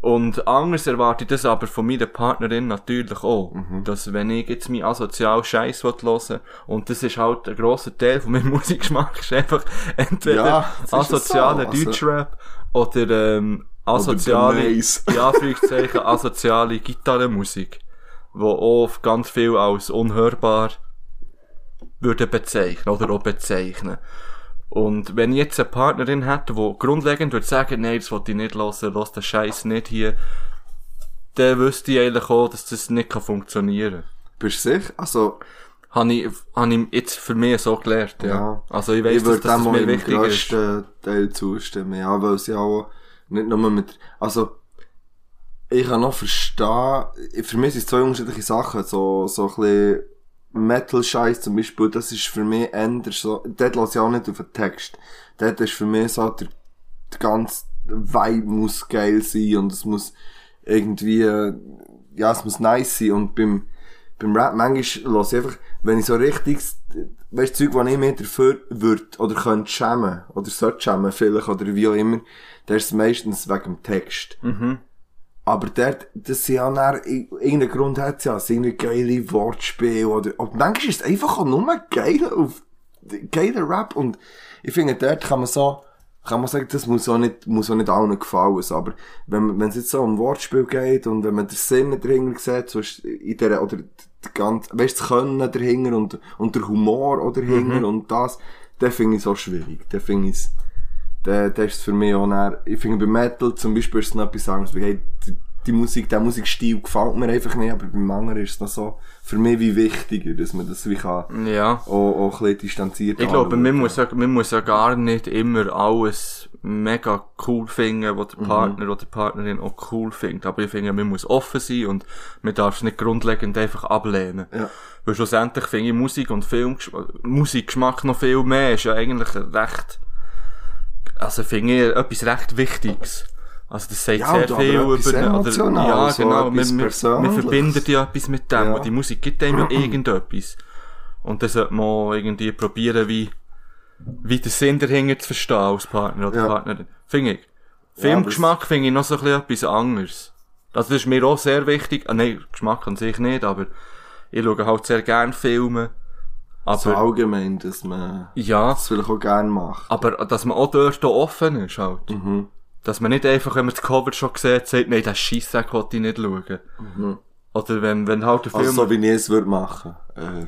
S2: Und anders erwarte ich das aber von meiner Partnerin natürlich auch.
S1: Mhm.
S2: Dass wenn ich jetzt meinen asozialen Scheiß hören will, und das ist halt ein grosser Teil von meinem Musikgeschmack, ist einfach entweder
S1: Ja, das ist
S2: asozialer
S1: so. Also-
S2: Deutschrap oder ähm, asoziale,
S1: Oder Demaze.
S2: ja, Führungszeichen, asoziale Gitarrenmusik, wo oft ganz viel als unhörbar würde bezeichnen oder auch bezeichnen. Und wenn ich jetzt eine Partnerin hätte, die grundlegend würde sagen, nein, das wollte ich nicht hören, lass den Scheiß nicht hier, dann wüsste ich eigentlich auch, dass das nicht kann funktionieren
S1: Bist du sicher? Also,
S2: kann. Habe ich, habe ich jetzt für mich so gelernt, ja.
S1: Ja.
S2: Also ich weiss,
S1: ich
S2: dass,
S1: würde
S2: dass
S1: dem
S2: es
S1: auch
S2: mir
S1: im
S2: wichtig ist.
S1: grössten Teil zustimmen, ja, weil es ja auch nicht nur mit, also, ich kann noch verstehen, für mich sind es zwei unterschiedliche Sachen, so, so ein bisschen Metal-Scheiß zum Beispiel, das ist für mich anders, so, dort lasse ich auch nicht auf den Text. Dort ist für mich so, der, der ganze Vibe muss geil sein und es muss irgendwie, äh, ja, es muss nice sein und beim, beim Rap manchmal lasse ich einfach, wenn ich so richtig, weißt du, Zeug, wo ich mich dafür würde oder könnte schämen oder sollte schämen vielleicht oder wie auch immer, dann ist es meistens wegen dem Text. Aber dort, das sind ja dann, irgendeinen Grund hat es ja, es sind irgendwie geile Wortspiele oder, und manchmal ist es einfach auch nur geil auf, geiler Rap und ich finde, dort kann man so, kann man sagen, das muss auch nicht, muss auch nicht allen gefallen, so. aber wenn man- wenn es jetzt so um Wortspiel geht und wenn man den Sinn dahinter sieht, so ist in der, oder die ganze, weißt, das Können dahinter und, und der Humor auch dahinter und das, dann finde ich es auch schwierig, dann finde ich es, dann, dann ist es für mich auch dann, ich finde bei Metal zum Beispiel ist es noch etwas anderes, weil hey, die, die Musik, der Musikstil gefällt mir einfach nicht, aber beim anderen ist es noch so, für mich wie wichtiger, dass man das wie kann,
S2: Ja.
S1: auch, auch ein bisschen distanziert
S2: Ich glaube,
S1: anschauen
S2: man muss, ja, man muss ja gar nicht immer alles mega cool finden, was
S1: Mhm.
S2: der Partner oder die Partnerin auch cool findet. Aber ich finde, man muss offen sein und man darf es nicht grundlegend einfach ablehnen.
S1: Ja.
S2: Weil schlussendlich finde ich Musik und Filmgeschmack, Musikgeschmack noch viel mehr ist ja eigentlich recht, also finde ich etwas recht Wichtiges. Also das sagt
S1: Ja,
S2: sehr
S1: und aber
S2: viel
S1: etwas emotional,
S2: ja,
S1: so
S2: genau.
S1: etwas
S2: Man, man, man
S1: Persönliches.
S2: verbindet ja etwas mit dem
S1: Ja.
S2: und die Musik gibt einem ja irgendetwas. Und dann sollte man auch irgendwie probieren, wie, wie den Sinn dahinter zu verstehen als Partner oder
S1: Ja.
S2: Partnerin. Finde ich. Filmgeschmack finde ich noch so ein bisschen etwas anderes. Also das ist mir auch sehr wichtig. Ah, nein, Geschmack an sich nicht, aber ich schaue halt sehr gerne Filme. Aber,
S1: So allgemein, dass man
S2: ja.
S1: das vielleicht auch gerne macht.
S2: Aber dass man auch dort auch offen ist halt.
S1: Mhm.
S2: Dass man nicht einfach, wenn man das Cover schon sieht, sagt, nein, das Scheisssack wollte ich nicht schauen. Oder wenn, wenn halt der Film...
S1: Mhm. Also so wie ich es würde machen. Äh,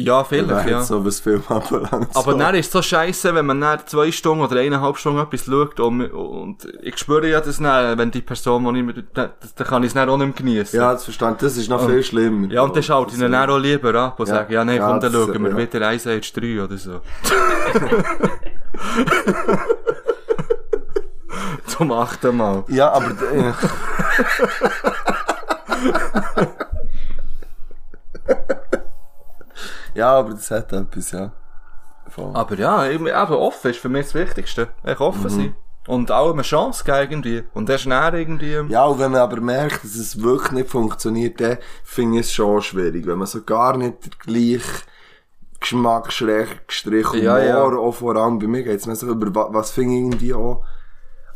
S2: ja, vielleicht,
S1: wenn
S2: ja.
S1: jetzt halt so was Film anbelangt.
S2: Aber
S1: so.
S2: dann ist es so scheiße, wenn man dann zwei Stunden oder eineinhalb Stunden etwas schaut und, und ich spüre ja das dann, wenn die Person, die ich mit, dann, dann kann ich es dann auch nicht mehr geniessen.
S1: Ja, das verstand, das ist noch viel schlimmer.
S2: Ja, und halt dann schaut ich ihn dann auch lieber ab und
S1: Ja.
S2: sagt, ja, nein,
S1: Ja,
S2: komm, dann
S1: das-
S2: schauen wir
S1: ja.
S2: wieder Ice Age 3 oder so. Zum achten Mal.
S1: Ja, aber... äh, d- ja, aber das hat etwas, ja. Voll.
S2: Aber ja, eben eben offen ist für mich das Wichtigste. Echt offen
S1: Mhm.
S2: sein. Und auch eine Chance geben irgendwie. Und erst näher irgendwie...
S1: Ja, und wenn man aber merkt, dass es wirklich nicht funktioniert, dann finde ich es schon schwierig. Wenn man so gar nicht den gleichen Geschmack, Strich, Humor,
S2: Ja, ja.
S1: auch vor allem bei mir geht es mir so über, wa- was finde ich irgendwie auch...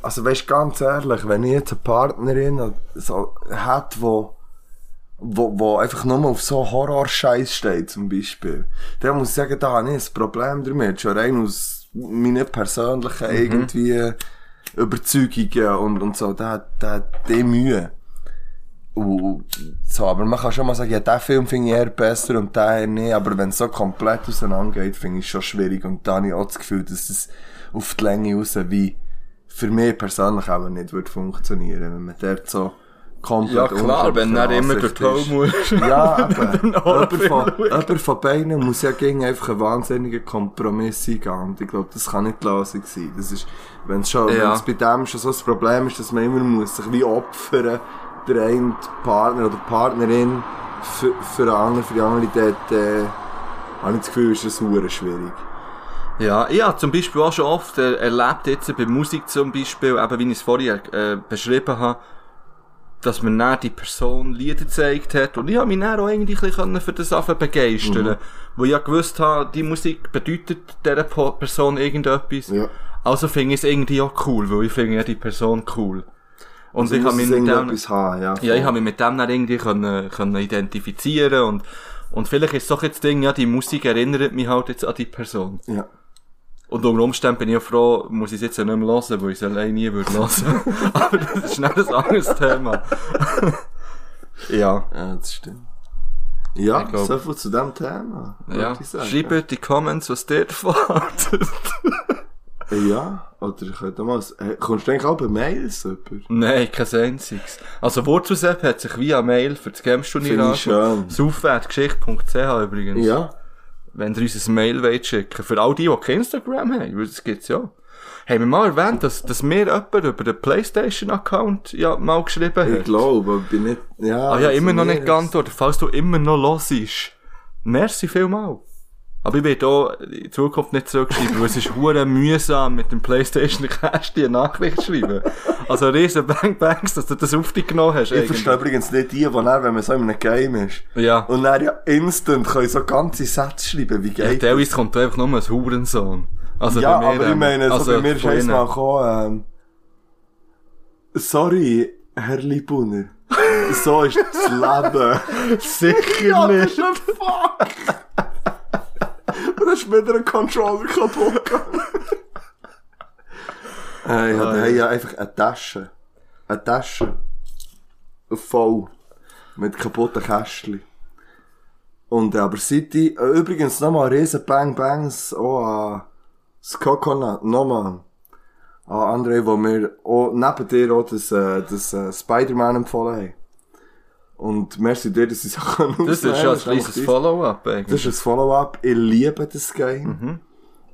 S1: Also weißt ganz ehrlich, wenn ich jetzt eine Partnerin oder so hätte, wo, wo, wo einfach nur auf so Horrorscheiß steht zum Beispiel, dann muss ich sagen, da habe ich ein Problem damit. Schon rein aus meinen persönlichen
S2: Mhm.
S1: irgendwie... Überzeugungen und, und so, da, da, die Mühe. Und so, aber man kann schon mal sagen, ja, diesen Film finde ich eher besser und den eher nicht, aber wenn es so komplett auseinandergeht, finde ich es schon schwierig und da habe ich auch das Gefühl, dass es auf die Länge raus wie für mich persönlich auch nicht würde funktionieren, wenn man dort so komplett
S2: Ja, klar, wenn er immer durch die Hölle
S1: unterschiedlich
S2: muss.
S1: ist. Ja, eben. jemand,
S2: Nachfilm
S1: von,
S2: schauen.
S1: jemand von beiden muss ja gegen einfach einen wahnsinnigen Kompromiss eingehen. Und ich glaube, das kann nicht die Lösung sein. Das ist, wenn es schon,
S2: Ja.
S1: wenn es bei dem schon so ein Problem ist, dass man immer muss sich wie opfern, der eine Partner oder Partnerin für, für den anderen, für die andere, dort, äh, habe ich das Gefühl, ist das hure schwierig.
S2: Ja, ich habe zum Beispiel auch schon oft äh, erlebt, jetzt bei Musik zum Beispiel, eben wie ich es vorhin äh, beschrieben habe, dass mir dann die Person Lieder gezeigt hat und ich habe mich dann auch irgendwie ein bisschen für das Sachen begeistern
S1: Mhm.
S2: Weil ich ja gewusst habe, die Musik bedeutet dieser Po- Person irgendetwas.
S1: Ja.
S2: Also finde ich es irgendwie auch cool, weil ich finde ja die Person cool. Und
S1: Also
S2: ich habe mich mit dem...
S1: etwas haben, ja.
S2: Ja, ich
S1: voll.
S2: habe mich mit dem dann irgendwie können, können identifizieren und, und vielleicht ist doch jetzt das Ding, ja, die Musik erinnert mich halt jetzt an die Person.
S1: ja.
S2: Und unter Umständen bin ich auch froh, muss ich es jetzt ja nicht mehr hören, weil ich es allein nie würde hören. Aber das ist nicht ein anderes Thema. ja.
S1: Ja, das stimmt. Ja,
S2: Ich glaub-
S1: so viel zu dem Thema.
S2: Ja.
S1: würd ich sagen.
S2: Schreibt in die Comments, was ihr davon haltet.
S1: Ja, oder ich könnte mal. Hey, kommst du eigentlich auch bei Mails über?
S2: Nein, kein einziges. Also Wurzelsepp hat sich via Mail für das Gamestudio
S1: Finde ich schön.
S2: Saufwertgeschichte.ch übrigens.
S1: Ja.
S2: Wenn ihr uns ein Mail wollt schicken Für all die, die kein Instagram haben, weil das gibt's ja. Haben wir mal erwähnt, dass, dass mir jemand über den Playstation-Account ja mal geschrieben hat?
S1: Ich glaube, aber ich bin nicht. Ja,
S2: Ah ja,
S1: also
S2: immer noch
S1: mir
S2: nicht
S1: ist-
S2: geantwortet. Falls du immer noch hörst, merci vielmal. Aber ich werde auch in Zukunft nicht zurückschreiben, weil es ist hure mühsam, mit dem Playstation-Kästchen eine Nachricht zu schreiben. Also riesen Bang Bangs, dass du das aufgenommen hast.
S1: Ich verstehe
S2: irgendwie.
S1: übrigens nicht die, die dann, wenn man so in einem Game ist.
S2: Ja.
S1: Und dann ja instant können so ganze Sätze schreiben, wie
S2: Ja,
S1: geht
S2: teilweise kommt da einfach nur ein Hurensohn. Also
S1: Ja,
S2: bei mir,
S1: aber ich
S2: ähm,
S1: meine, so bei mir ist
S2: von
S1: eins
S2: innen.
S1: mal gekommen, ähm, Sorry, Herr Liebunner. so ist das Leben.
S2: Sicher nicht.
S1: ein Fuck! Und dann ist wieder ein Controller kaputt gegangen. äh, ich hatte hey, ja, einfach eine Tasche. Eine Tasche. Voll. Mit kaputten Kästchen. Und äh, aber seit ich, äh, übrigens nochmal riesen Bang Bangs auch an das Coconut, nochmal. An André, wo mir auch, neben dir auch das, äh, das äh, Spider-Man empfohlen haben. Und merci dir, dass ich es auch kann
S2: Das ist schon ein kleines Follow-up
S1: das
S2: eigentlich.
S1: ist ein Follow-up. Ich liebe das Game.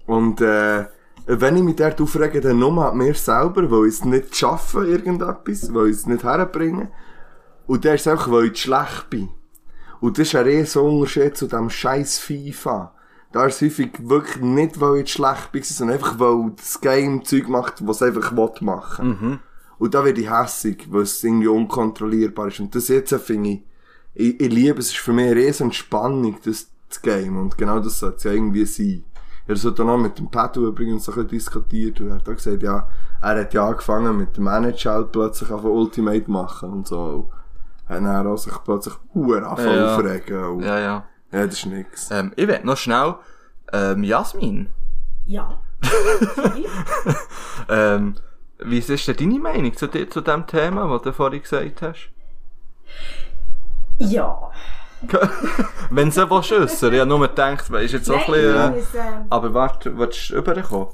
S1: Und äh, wenn ich mich dort aufrege, dann nur an mir selber, weil ich es nicht schaffe, irgendetwas, weil ich es nicht herbringe. Und der ist es einfach, weil ich zu schlecht bin. Und das ist ein riesen Unterschied zu diesem scheiß FIFA. Da ist es häufig wirklich nicht, weil ich zu schlecht bin, sondern einfach, weil das Game Zeug macht, was es einfach will machen Und da werde ich hässig, weil es irgendwie unkontrollierbar ist. Und das jetzt finde ich, ich, ich liebe es, es ist für mich eine riesen Entspannung, das, das Game. Und genau das sollte es ja irgendwie sein. Er hat auch noch mit dem Pedro übrigens so ein bisschen diskutiert und er hat auch gesagt, ja, er hat ja angefangen mit dem Manager halt plötzlich auf Ultimate machen und so. Und er hat auch sich plötzlich Huren angefangen
S2: Ja.
S1: aufregen. Und, ja.
S2: Ja, ja.
S1: das ist nix.
S2: Ähm, ich werde noch schnell, ähm, Jasmin.
S4: Ja.
S2: Ähm, wie ist denn deine Meinung zu, di- zu dem Thema, was du vorhin gesagt hast?
S4: Ja.
S2: Wenn sie was äußern, ich habe nur gedacht, weil ist jetzt auch ein bisschen...
S4: Nein,
S2: Äh,
S4: es, äh,
S2: aber warte, willst du rüberkommen?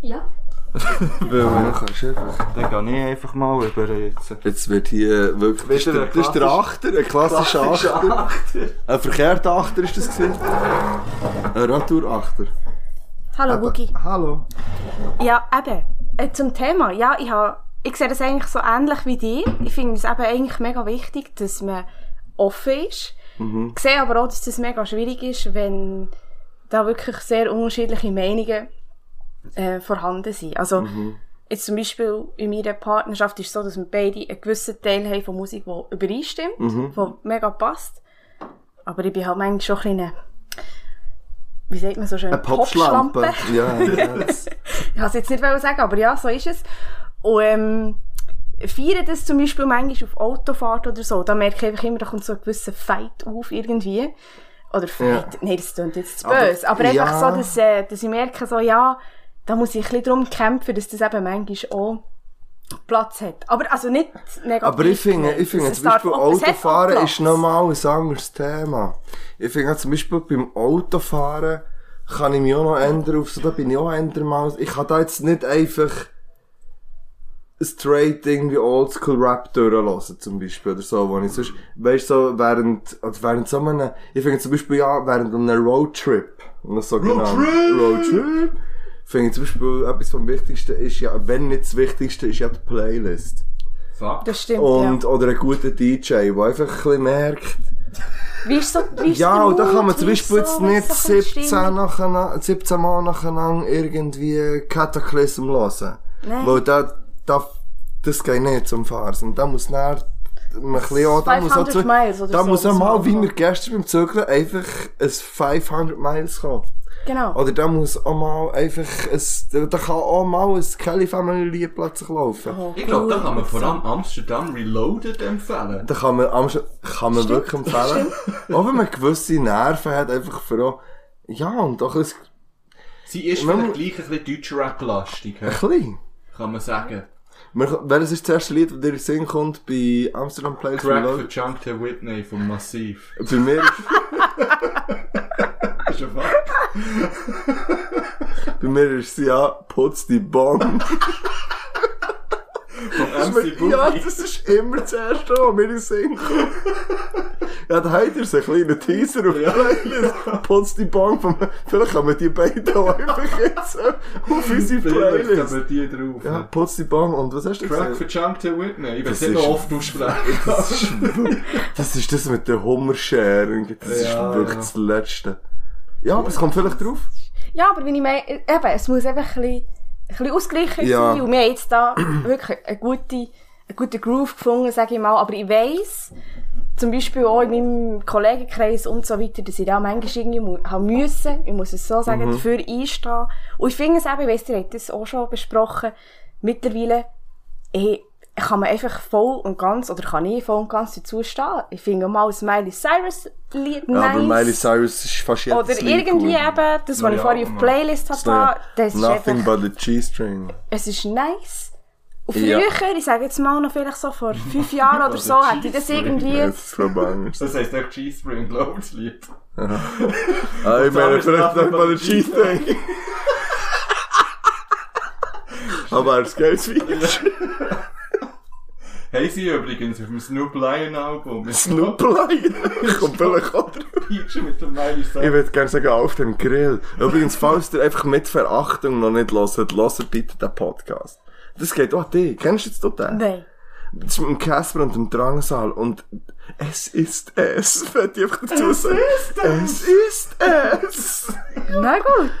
S4: ja.
S1: Ja,
S2: Weil,
S1: kannst du einfach.
S2: dann gehe ich einfach mal rüber jetzt.
S1: Jetzt wird hier wirklich... Das ist
S2: Wieder
S1: der,
S2: ein
S1: das ist der Achter, ein klassischer Achter. Ein verkehrter Achter ist das gewesen. Ein Retour-Achter.
S5: Hallo, Wookie.
S1: Hallo.
S5: Ja, eben. Äh, zum Thema. Ja, ich, hab, ich sehe das eigentlich so ähnlich wie dir. Ich finde es eben eigentlich mega wichtig, dass man offen ist.
S1: Mhm.
S5: Ich sehe aber auch, dass das mega schwierig ist, wenn da wirklich sehr unterschiedliche Meinungen äh, vorhanden sind. Also,
S1: Mhm.
S5: jetzt zum Beispiel in meiner Partnerschaft ist es so, dass wir beide einen gewissen Teil haben von Musik, der übereinstimmt,
S1: Mhm.
S5: der mega passt. Aber ich bin halt manchmal schon ein bisschen, wie sagt man so schön,
S1: Eine Popschlampe. Ja, ja. das-
S5: ich wollte es jetzt nicht sagen, aber ja, so ist es. Und ähm, feiern das zum Beispiel manchmal auf Autofahrt oder so. Da merke ich einfach immer, da kommt so ein gewisser Fight auf irgendwie. Oder Fight, nein, das klingt jetzt zu
S1: Aber-
S5: böse. Aber, einfach
S1: ja.
S5: so, dass, äh, dass ich merke, so, ja, da muss ich ein bisschen drum kämpfen, dass das eben manchmal auch Platz hat. Aber also nicht negativ.
S1: Aber ich finde, ich finde
S5: Es
S1: zum
S5: darf
S1: Beispiel
S5: auch- es hat auch
S1: Autofahren
S5: Platz.
S1: ist nochmal ein anderes Thema. Ich finde auch zum Beispiel beim Autofahren kann ich mich auch noch ändern auf so, da bin ich auch ändern mal. Ich kann da jetzt nicht einfach straight irgendwie oldschool Rap durchlassen, zum Beispiel, oder so, wo ich sonst, weisst so, während, also während so einem, ich finde zum Beispiel, ja, während einem Roadtrip, und so genau, Roadtrip, finde ich zum Beispiel, etwas vom Wichtigsten ist ja, wenn nicht das Wichtigste, ist ja die Playlist.
S2: Fuck.
S5: Das stimmt,
S1: Und,
S5: ja.
S1: oder ein guter DJ, der einfach ein bisschen merkt,
S5: Wie ist so, wie ist
S1: ja,
S5: der
S1: und da kann man
S5: Mut?
S1: zum
S5: Wie
S1: Beispiel
S5: ist
S1: jetzt
S5: so,
S1: nicht
S5: wenn's so ein bisschen
S1: 17,
S5: stimmt?
S1: nacheinander, 17 Mal nacheinander irgendwie Cataclysm hören.
S5: Nein.
S1: Weil da, da, das geht nicht zum Fahren. Und da muss dann man ein bisschen auch, da muss auch,
S5: 500 Miles oder
S1: da
S5: so,
S1: muss
S5: muss
S1: auch mal,
S5: man
S1: wie
S5: machen.
S1: wir gestern beim Zögeln, einfach ein 500 Miles kommen.
S5: Genau.
S1: Oder da muss auch mal einfach ein, da kann auch mal ein Kelly Family Lied plötzlich laufen.
S5: Oh,
S6: Ich glaube, da kann man vor allem Amsterdam Reloaded empfehlen.
S1: Da kann man, am Sch- kann man wirklich empfehlen. Auch wenn man gewisse Nerven hat, einfach für auch, ja, und doch ein
S6: Sie ist
S1: Man-
S6: vielleicht gleich ein bisschen deutscher Rap-lastig, hä?
S1: bisschen.
S6: kann man sagen.
S1: Man- Welches ist das erste Lied, das dir in den Sinn kommt bei Amsterdam Place
S6: Crack
S1: Reloaded?
S6: für Chunked Whitney vom Massiv.
S1: Bei mir, ist-
S6: Ist ein Fakt.
S1: bei mir ist es ja Putz die Bombe.
S6: Vom MC
S1: ja,
S6: Boogie.
S1: das ist immer das erste, was mir in den Sinn kommt. Ja, da habt ihr so einen kleinen Teaser auf der Playlist. Putz die Bombe. Vom, vielleicht können wir die beiden auch einfach jetzt äh, auf unsere
S6: Vielleicht
S1: Playlist.
S6: kommen die drauf.
S1: Ja, Putz die Bombe. Und was hast du
S6: Crack
S1: gesagt?
S6: für Chunked Whitney. Ich
S1: Das
S6: weiß nicht
S1: ist-
S6: noch oft aussprechen.
S1: Das ist, das ist das mit der Hummerschere. Das
S6: Ja,
S1: ist wirklich
S6: ja.
S1: das Letzte. Ja, aber es kommt vielleicht drauf.
S5: Ja, aber wie ich meine, äh, eben, es muss einfach ein bisschen, ein bisschen ausgleichen
S1: Ja.
S5: sein. Und wir haben jetzt da wirklich eine gute, einen guten Groove gefunden, sage ich mal. Aber ich weiss, zum Beispiel auch in meinem Kollegenkreis und so weiter, dass ich da manchmal irgendwie mu haben müssen, ich muss es so
S1: Mhm.
S5: sagen, dafür einstehen. Und ich finde es eben, ich weiss, ihr habt das auch schon besprochen, mittlerweile eh, kann man einfach voll und ganz, oder kann ich voll und ganz dazu stehen. Ich finde auch mal ein Miley Cyrus Lied
S1: Ja,
S5: nice.
S1: Aber Miley Cyrus ist fast jedes
S5: Oder
S1: Lied
S5: irgendwie
S1: gut.
S5: eben, das, was
S6: Ja,
S5: ich vorhin auf
S6: Mann.
S5: die Playlist
S1: Das neue
S5: hatte, das ist
S1: Nothing
S5: einfach,
S1: but the G-String.
S5: es ist nice. Und
S1: Ja.
S5: früher, ich sage jetzt mal noch vielleicht so vor fünf Jahren oder so, hätte ich das irgendwie...
S1: Ja, Das ist so anders.
S6: Das heisst auch G-Spring, glaube ich, das Lied.
S1: Ah, ich meine,
S6: Nothing
S1: vielleicht
S6: but
S1: Nothing but the
S6: the
S1: G-String. aber es geht wieder.
S6: Hey, sie übrigens auf dem Snoop Lion Album. Mit
S1: Snoop Lion. Kommt vielleicht auch drauf.
S6: Peach mit dem Miley
S1: Ich
S6: Cyrus.
S1: würde gerne sagen, auf den Grill. Übrigens, falls ihr einfach mit Verachtung noch nicht hört, hört bitte den Podcast. Das geht auch an dich. Kennst du jetzt doch den?
S5: Nein.
S1: Das ist mit dem Casper und dem Drangsal und es ist es. Würde ich einfach dazu sagen. Es ist es.
S5: Na gut.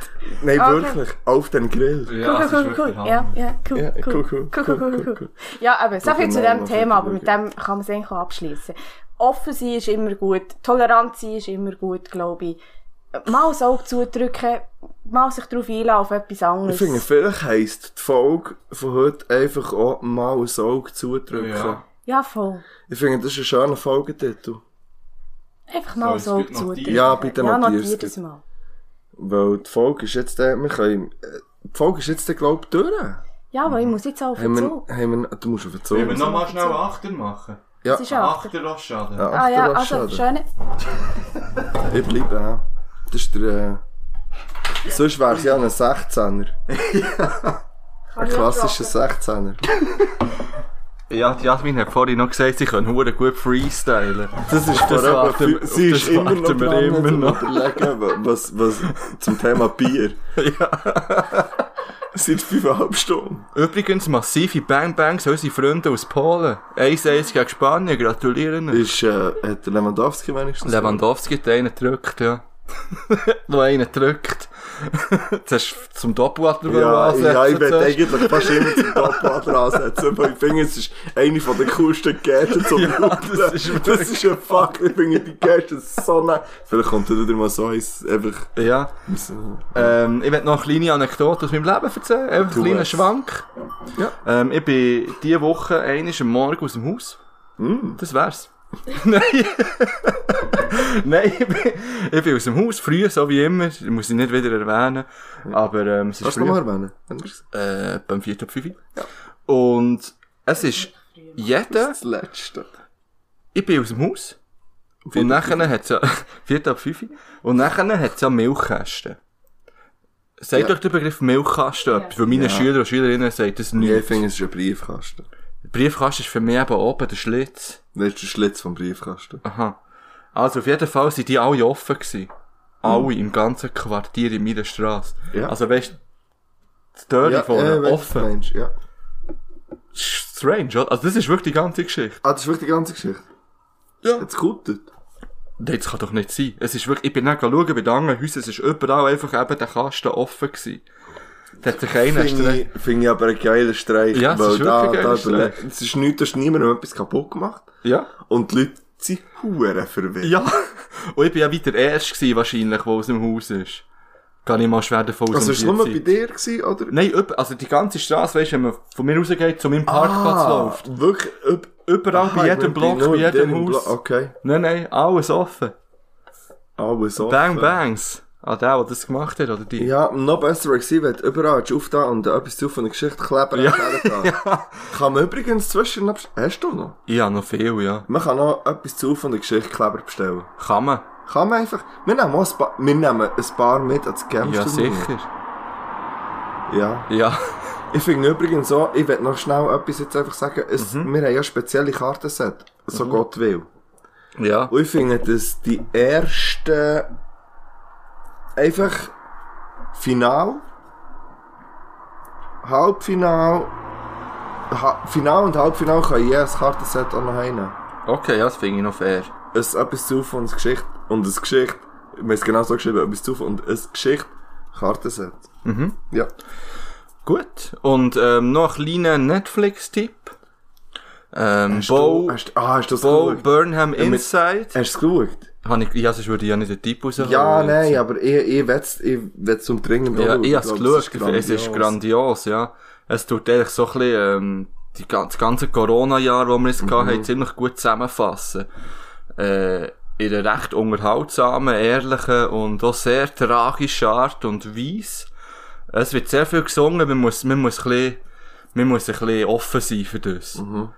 S1: Nein,
S5: Okay.
S1: wirklich. Auf den Grill.
S6: Ja,
S5: Cool,
S6: es ist
S5: cool, cool,
S6: wirklich
S5: cool.
S6: Hammer.
S5: Ja, ja, cool,
S1: Ja,
S5: cool, cool, cool, cool, cool, cool. Ja, aber so viel zu
S1: Gute
S5: dem
S1: Meinung,
S5: Thema, aber
S1: gute
S5: mit dem kann man es eigentlich auch abschließen. Offen sein ist immer gut, tolerant sein ist immer gut, glaube ich. Mal das Auge zudrücken, mal sich darauf einlassen auf etwas
S1: Ich finde,
S5: anderes.
S1: vielleicht heisst die Folge von heute einfach auch mal ein Auge zudrücken.
S6: Ja.
S5: Ja, voll.
S1: Ich finde, das ist ein schöner Folgetitel.
S5: Einfach mal
S6: So,
S5: so
S6: jetzt bitte
S5: zudrücken.
S6: notieren.
S1: Ja, bitte
S5: ja,
S1: notier's
S5: notiert es
S1: bitte.
S5: mal.
S1: Weil die Folge ist jetzt, äh, wir können, äh, die Folge ist jetzt, glaube ich, durch.
S5: Ja, weil ich muss jetzt auch auf den
S1: Haben
S5: Zug.
S1: wir, haben wir, du musst auf den Zug.
S6: Wollen wir nochmal schnell einen Achter machen?
S1: Ja,
S5: Es ist ja
S6: Achter Rostschade.
S1: ja,
S5: Ah ja, also
S1: Achterlassschade.
S5: schöne.
S1: Ich bleibe, ja. Das ist der, äh, sonst wär's ja ein 16er. Ein klassischer 16er.
S2: Ja, die Jasmin hat vorhin noch gesagt, sie können hure gut freestylen.
S1: Das ist vor allem,
S2: warten wir-
S1: sie
S2: auf
S1: ist
S2: das
S1: immer noch
S2: warten wir
S1: dran,
S2: immer
S1: zum
S2: noch.
S1: überlegen, wa- was, was, zum Thema Bier. Seit fünfeinhalb Stunden.
S2: Übrigens, massive Bang Bangs, unsere Freunde aus Polen. 1-1 gegen Spanien, gratulieren.
S1: Ist, äh, hat der Lewandowski wenigstens.
S2: Lewandowski hat einen gedrückt, ja. Noch einen gedrückt. Jetzt hast du zum Doppelwater
S1: Ja, ich- ja, ich werde
S2: zuerst.
S1: eigentlich fast immer zum Top-Adler ansetzen, weil ich finde, es ist eine von den coolsten Gadgets zum
S2: Ja, das ist
S1: das ist ein Fuck, ich finde die Gadgets so nah. Vielleicht kommt wieder mal so eins, einfach...
S2: Ja. Ähm, ich werde noch eine kleine Anekdote aus meinem Leben erzählen. Einfach
S1: Tu
S2: einen kleinen
S1: es.
S2: Schwank.
S1: Ja.
S2: Ähm, ich bin diese Woche eines am Morgen aus dem Haus.
S1: Mm.
S2: Das wär's. Nein. Nein, ich bin, ich bin aus dem Haus, früh, so wie immer. Das Muss ich nicht wieder erwähnen. Aber ähm, es ist
S1: Hast du
S2: früh.
S1: nochmal erwähnen? Haben wir gesagt?
S2: Äh, beim 4. ab 5. Und es ist jeder...
S1: Das letzte.
S2: ich bin aus dem Haus. Und nachher hat's ja, 4 ab 5. Und nachher hat's ja Milchkästen. Sagt
S1: Ja.
S2: euch der Begriff Milchkasten etwas? Weil meine
S1: Ja.
S2: Schüler und Schülerinnen sagen das
S1: Nee, ich
S2: nicht.
S1: finde, es ist ein Briefkasten.
S2: Der Briefkasten ist für mich eben oben der Schlitz.
S1: Das ist der Schlitz vom Briefkasten.
S2: Aha. Also auf jeden Fall sind die alle offen gewesen. Alle im ganzen Quartier in meiner Straße.
S1: Ja.
S2: Also weißt du, die Tür vorne
S1: weiss, was du
S2: offen.
S1: meinst, äh, ja.
S2: Das ist Strange, oder? Also das ist wirklich die ganze Geschichte.
S1: Ah, das ist wirklich die ganze Geschichte.
S2: Ja.
S1: Jetzt kutet.
S2: Nein, das kann doch nicht sein. Es ist wirklich, ich bin dann schauen bei den anderen Häusern, es ist überall einfach eben der Kasten offen gewesen. Da hat sich einer
S1: Finde ich, finde ich aber ein geiler Streich.
S2: Ja, es
S1: weil
S2: ist wirklich
S1: da,
S2: ein geiler
S1: da,
S2: Streich.
S1: Es ist nichts, da ist niemandem etwas kaputt gemacht.
S2: Ja.
S1: Und die Leute sind Huren verwirrt.
S2: Ja. Und ich bin ja wieder der Erste gewesen, wahrscheinlich, der aus dem Haus ist. Kann ich mal schwer davon aus.
S1: Also, ist es nur bei dir gewesen, oder?
S2: Nein, üb- also die ganze Straße, weißt du, wenn man von mir rausgeht, zu meinem
S1: Ah,
S2: Parkplatz läuft.
S1: Wirklich, ob,
S2: Überall,
S1: Ah,
S2: bei jedem Block,
S1: genau
S2: bei jedem Haus.
S1: Okay.
S2: Nein, nein, alles offen.
S1: Alles offen.
S2: Bang, bangs. An den, der das gemacht hat, oder die?
S1: Ja, noch besser wäre gewesen, wenn du überall hättest aufgetan und etwas zu von der Geschichte kleben
S2: Ja.
S1: hättest. Kann man übrigens zwischen... Hast du noch?
S2: Ich habe noch viel, ja.
S1: Man kann noch etwas zu von der Geschichte Kleber bestellen.
S2: Kann man.
S1: Kann man einfach... Wir nehmen, auch ein, paar, wir nehmen ein paar mit ans Gamester.
S2: Ja, sicher.
S1: Ja.
S2: Ja.
S1: Ich finde übrigens so, ich will noch schnell etwas jetzt einfach sagen. Es, Wir haben ja spezielle Kartenset. So Gott will.
S2: Ja.
S1: Und ich finde, dass die ersten einfach Final, Halbfinal, ha Final und Halbfinal kann jedes Kartenset auch noch einen.
S2: Okay, ja, das finde ich noch fair.
S1: Es etwas zu und eine Geschichte und eine Geschichte. Wir haben es genau so geschrieben, etwas zu und eine Geschichte. Kartenset. Mhm. Ja.
S2: Gut. Und ähm, noch ein kleiner Netflix-Tipp. Ähm,
S1: Hast
S2: Bo,
S1: du- hast, ah, hast du es
S2: Bo
S1: geschaut?
S2: Burnham Inside.
S1: Hast du es geschaut?
S2: Hab ich, ja, sonst würde ich ja nicht den Tipp rausholen.
S1: Ja, nein, aber eh, ich, ich will es ich will's zum Dringend
S2: Ja, ich habe es
S1: glaub,
S2: geschaut. Es ist
S1: grandios.
S2: grandios, ja. Es tut eigentlich so ein bisschen, ähm, die, gan- das ganze Corona-Jahr, wo wir es gehabt
S1: Mhm.
S2: haben, ziemlich gut zusammenfassen. Äh, in einer recht unterhaltsamen, ehrlichen und auch sehr tragischen Art und Weise. Es wird sehr viel gesungen, man muss, man muss ein bisschen, man muss ein bisschen offen sein für das.
S1: Mhm.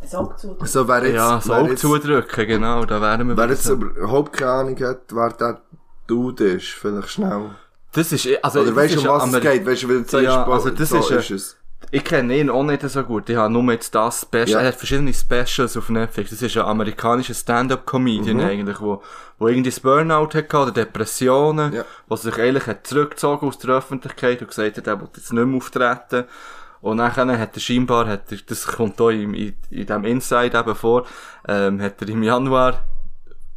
S4: Ein Auge zu.
S1: So, wer jetzt,
S2: Ja, so
S1: wer
S2: Auge
S1: jetzt,
S2: zudrücken, genau, da wären wir
S1: wer
S2: wieder
S1: jetzt
S2: so.
S1: überhaupt keine Ahnung hat, wer der Dude ist, vielleicht schnell.
S2: Das ist, also,
S1: Oder
S2: das
S1: weißt du,
S2: ist
S1: um was es
S2: Ameri-
S1: geht? Weißt du, weil du sagst,
S2: Ja,
S1: boah,
S2: also das
S1: so
S2: ist, äh,
S1: es.
S2: Ich kenne ihn auch nicht so gut. Ich habe nur jetzt das Special.
S1: Ja.
S2: Er hat verschiedene Specials auf Netflix. Dus Das ist ein amerikanischer Stand-up-Comedian
S1: Mhm.
S2: eigentlich, wo, wo irgendwie das Burnout hatte oder Depressionen,
S1: Ja.
S2: wo sich eigentlich hat zurückgezogen aus der Öffentlichkeit und gesagt hat, er will jetzt nicht mehr auftreten. Und nachher hat er scheinbar, hat er, das kommt auch in, in, in dem Inside eben vor, ähm, hat er im Januar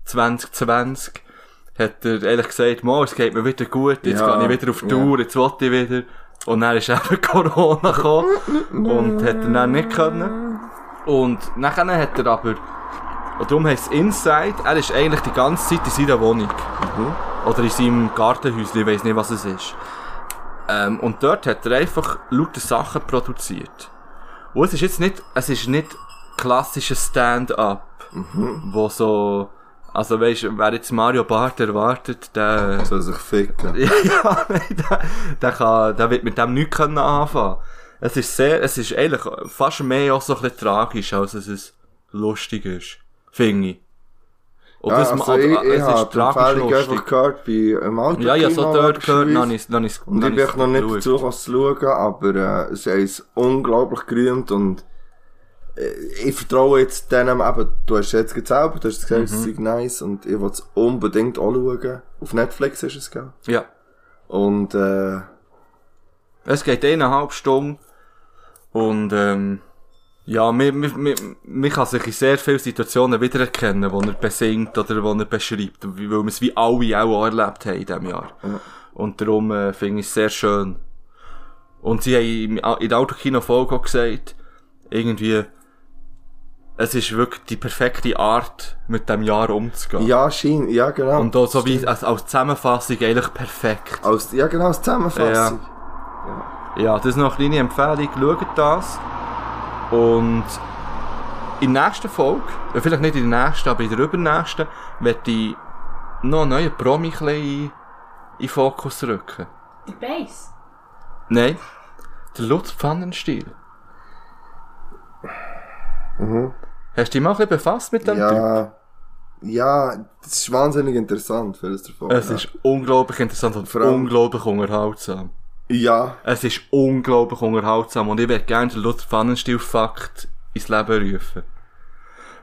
S2: 2020 hat er ehrlich gesagt, mal, es geht mir wieder gut, jetzt
S1: Ja.
S2: gehe ich wieder auf
S1: Ja.
S2: Tour, jetzt will ich wieder. Und dann ist eben Corona gekommen und hat er dann nicht können. Und nachher hat er aber, und darum heisst es Inside, er ist eigentlich die ganze Zeit in seiner Wohnung.
S1: Mhm.
S2: Oder in seinem Gartenhäuschen, ich weiss nicht, was es ist. Ähm, und dort hat er einfach lauter Sachen produziert. Und es ist jetzt nicht, es ist nicht klassisches Stand-up, wo so, also weisst, du, wer jetzt Mario Barth erwartet, der,
S1: Soll sich ficken.
S2: ja, ja, nein, der, der, kann, der wird mit dem nichts können anfangen. Es ist sehr, es ist eigentlich fast mehr auch so ein bisschen tragisch, als dass es lustig ist. Finde ich. Und
S1: Ja,
S2: das ma-
S1: also,
S2: also,
S1: ich, ich
S2: es ist
S1: habe die Empfehlung
S2: tragisch
S1: einfach
S2: lustig.
S1: gehört bei einem Auto.
S2: Ja, ja, so dort gehört, dann ist, dann ist,
S1: Und ich bin auch noch nicht dazu gekommen, es zu schauen, aber äh, sie haben es unglaublich gerühmt und äh, ich vertraue jetzt denen eben, du hast es jetzt gezaubert, du hast gesagt, es sei nice und ich will es unbedingt auch schauen. Auf Netflix ist es, gell?
S2: Ja.
S1: Und äh,
S2: Es geht eineinhalb Stunden. Und, ähm, ja, man, man, man, man kann sich in sehr vielen Situationen wiedererkennen, wo er besingt oder wo er beschreibt, weil wir es wie alle auch erlebt haben in diesem Jahr. Und darum äh, finde ich es sehr schön. Und sie haben im- in der Autokino-Folge auch gesagt, irgendwie, es ist wirklich die perfekte Art, mit dem Jahr umzugehen.
S1: ja, Schein, ja genau.
S2: Und auch so wie
S1: Stimmt.
S2: als, als Zusammenfassung eigentlich perfekt.
S1: Als, ja genau, als Zusammenfassung.
S2: Ja, das ist noch eine kleine Empfehlung. Schaut das. Und in der nächsten Folge, ja, vielleicht nicht in der nächsten, aber in der übernächsten, werde ich noch einen neuen Promi ein bisschen in- in den Fokus rücken.
S4: Der Bass.
S2: Nein, der Lutz Pfannenstiel. Hast du dich mal ein bisschen befasst mit dem
S1: Mhm. Ja,
S2: Typ?
S1: ja, das ist wahnsinnig interessant, vieles davon.
S2: Es
S1: ja.
S2: ist unglaublich interessant und
S1: Vor allem-
S2: unglaublich unterhaltsam.
S1: ja,
S2: Es ist unglaublich unterhaltsam und ich würde gerne den Luther Pfannenstiel-Fakt ins Leben rufen.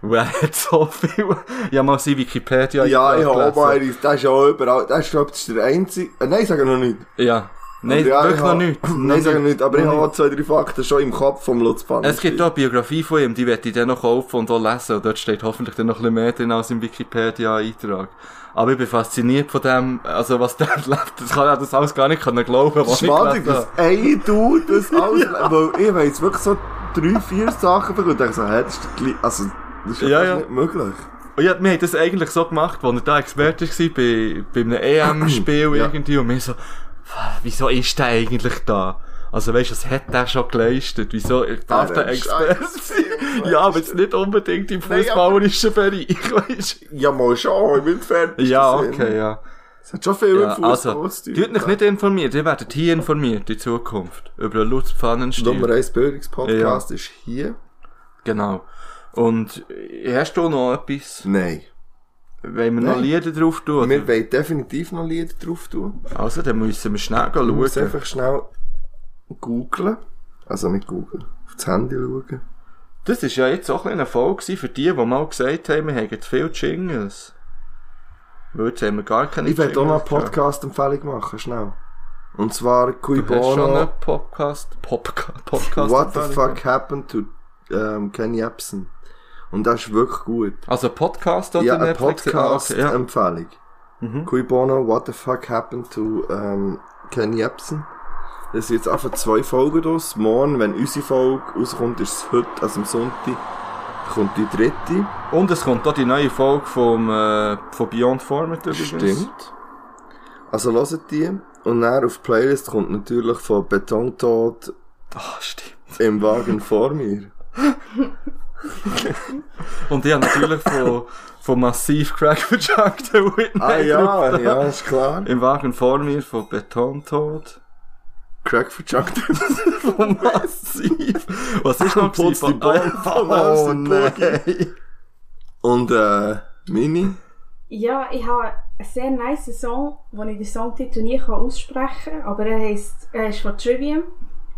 S2: Weil er hat so viel... Ich habe mal seine Wikipedia
S1: ja, ich habe auch mal,
S2: gelesen.
S1: das ist ja auch überall, das ist glaube ich der einzige, äh, nein, ich sage noch nicht.
S2: Ja. Nein,
S1: ja,
S2: wirklich
S1: ich
S2: noch
S1: habe-
S2: nichts.
S1: Nein, ich sage noch nicht, aber ich
S2: Noch
S1: habe zwei, drei Fakten schon im Kopf vom Lutz Pfann.
S2: Es gibt auch eine Biografie von ihm, die werde ich dann noch kaufen und auch lesen. Und dort steht hoffentlich dann noch ein bisschen mehr drin als im Wikipedia-Eintrag. Aber ich bin fasziniert von dem, also was der lebt. Das kann ich das alles gar nicht können glauben, was ich
S1: Schwadig,
S2: gelesen
S1: dass
S2: habe.
S1: ein Dude das alles, weil ich weiss wirklich so drei, vier Sachen bekommen und denke so, hä, das ist, der gleiche- also, das ist
S2: Ja,
S1: fast
S2: ja.
S1: nicht möglich.
S2: Und Oh ja, wir haben das eigentlich so gemacht, als er da Experte war bei, bei einem EM-Spiel
S1: Ja.
S2: irgendwie. Und wir so, wieso ist der eigentlich da? Also weißt du, was hat der schon geleistet? Wieso darf
S1: Ah,
S2: der
S1: der
S2: Experte
S1: Scheiß.
S2: sein? Ja, aber jetzt nicht unbedingt im
S1: Nein,
S2: fußballerischen Bereich, weißt du?
S1: Ja, mal schon, im Entferntesten
S2: Ja,
S1: Sinn.
S2: okay, ja.
S1: Es hat schon viel mit
S2: Ja,
S1: Fußball
S2: also,
S1: zu tun.
S2: tut mich nicht informiert, ihr werdet hier informiert in Zukunft. Über den Lutz
S1: Nummer
S2: Pfannenstiel.
S1: 1 Bildungspodcast ist hier.
S2: Genau. Und äh, hast du noch etwas?
S1: Nein.
S2: Wollen wir noch
S1: Nein.
S2: Lieder drauf tun?
S1: Wir wollen definitiv noch Lieder drauf tun.
S2: Also, dann müssen wir schnell
S1: Ich muss
S2: schauen.
S1: einfach schnell googlen. Also nicht googeln. Auf das Handy schauen.
S2: Das war ja jetzt auch ein kleiner Fall gewesen für die, die mal gesagt haben, wir hätten zu viele Jingles. Weil jetzt haben wir gar keine
S1: Ich werde auch noch eine
S2: Jingles gehabt.
S1: Podcast-Empfehlung machen, schnell. Und zwar Cui
S2: Du hast schon
S1: Bono,
S2: einen Podcast, Popca Podcast.
S1: What the fuck happened to ähm, Kenny Jebsen? Und das ist wirklich gut.
S2: Also Podcast oder
S1: Ja, ähm. eine
S2: Netflix? Ah, okay, ja. Mhm.
S1: Podcast-Empfehlung. Cui Bono, What the fuck happened to ähm, Kenny Jebsen? Das sind jetzt einfach zwei Folgen draus. Morgen, wenn unsere Folge rauskommt, ist es heute, also am Sonntag, kommt die dritte.
S2: Und es kommt auch die neue Folge vom, äh, von Beyond Format übrigens.
S1: Stimmt. Also hört die. Und dann auf die Playlist kommt natürlich von Betontod
S2: Ah, stimmt.
S1: im Wagen vor mir.
S2: Und ich habe natürlich von, von Massiv Crack Verjunkt den Whitney.
S1: Ah ja,
S2: drauf.
S1: ja, ist klar.
S2: Im Wagen vor mir von Betontod.
S1: Crack verjunkt.
S2: Von Massiv. Was ist noch
S1: Putz die
S2: gewesen?
S1: Bombe
S2: Ah,
S1: von oh, nein. Und äh, Mini?
S4: Ja, ich habe einen sehr nice Song, wo ich den Songtitel nie kann aussprechen kann, aber er, heisst, er ist von Trivium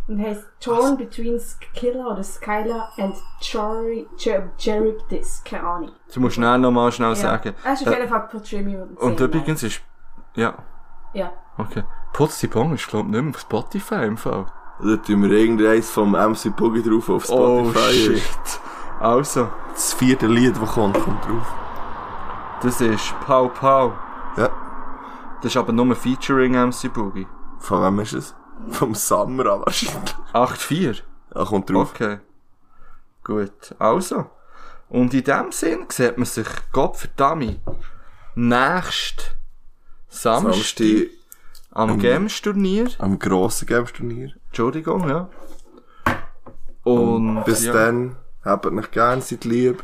S4: und heisst Torn Between Skylla oder Skyla and Jerry, Jer Charybdis, keine Ahnung.
S2: Du musst schnell nochmal schnell sagen.
S4: Er Ah, ist auf
S2: Äh,
S4: jeden Fall von Trivium.
S2: und
S4: sehr
S2: übrigens ist. Ja,
S4: nice. Ja.
S2: okay. Putz die Bombe ist, glaub ich, nicht mehr auf Spotify im Fall.
S1: Da tun wir irgendeins vom MC Boogie drauf auf
S2: Oh,
S1: Spotify.
S2: Also,
S1: das vierte Lied, das kommt, kommt drauf.
S2: das ist Pow Pow.
S1: Ja.
S2: Das ist aber nur Featuring MC Boogie.
S1: Von wem ist es? Vom Samra wahrscheinlich.
S2: 8-4.
S1: Ah, kommt drauf.
S2: Okay. Gut. Also. Und in dem Sinn sieht man sich, Gott verdammt, nächst Samstag,
S1: Samstag
S2: am Games-Turnier.
S1: am grossen Games-Turnier.
S2: Entschuldigung, ja. Und
S1: Bis
S2: ja,
S1: dann, habt mich gern, seid lieb.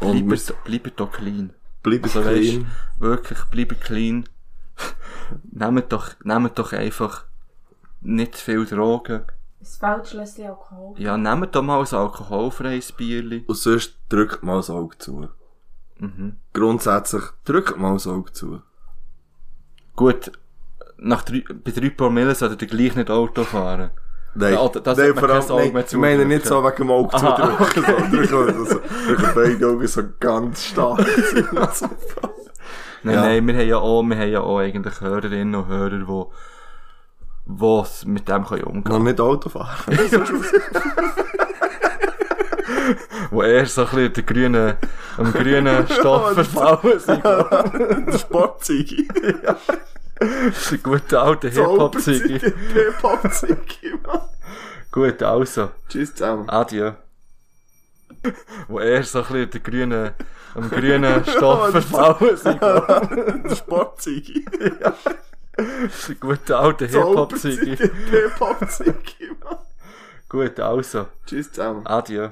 S1: Und wir
S2: bleibt, bleibt doch clean.
S1: bleiben
S2: Also weißt,
S1: clean.
S2: wirklich, bleibt clean. nehmt doch, nehmt doch einfach nicht zu viel Drogen.
S4: Es fehlt schließlich Alkohol.
S2: Ja, nehmt doch mal ein alkoholfreies Bierli.
S1: Und sonst drückt mal das Auge zu.
S2: Mhm.
S1: Grundsätzlich drückt mal das Auge zu.
S2: Gut, nach drei, bei 3 Promille sollte ihr gleich nicht Auto fahren.
S1: Nein,
S2: Ja, da- da sollte
S1: nein,
S2: man kein Auge mehr
S1: ich meine nicht so wegen
S2: zudrücken.
S1: dem Auge
S2: Aha.
S1: zudrücken, sondern drücken so, drücken beide Augen so ganz stark.
S2: Nein,
S1: Ja.
S2: nein, wir haben ja auch, wir haben ja auch eigentlich Hörerinnen und Hörer, die, was mit dem können umgehen
S1: Noch nicht Auto fahren.
S2: Wo eher so ein bisschen der grünen, am grünen Stoff verfallen sind.
S1: Sportzeige.
S2: Der gute alte Hip-Hop-Zeige.
S1: Hip-Hop-Zeige, Mann.
S2: Gut, also,
S1: Tschüss zusammen.
S2: adieu. Wo eher so ein bisschen der grünen, am grünen Stoff verfallen sind.
S1: Sportzeige.
S2: Der gute alte Hip-Hop-Zeige.
S1: Hip-Hop-Zeige, Mann.
S2: Gut, also,
S1: Tschüss zusammen.
S2: adieu.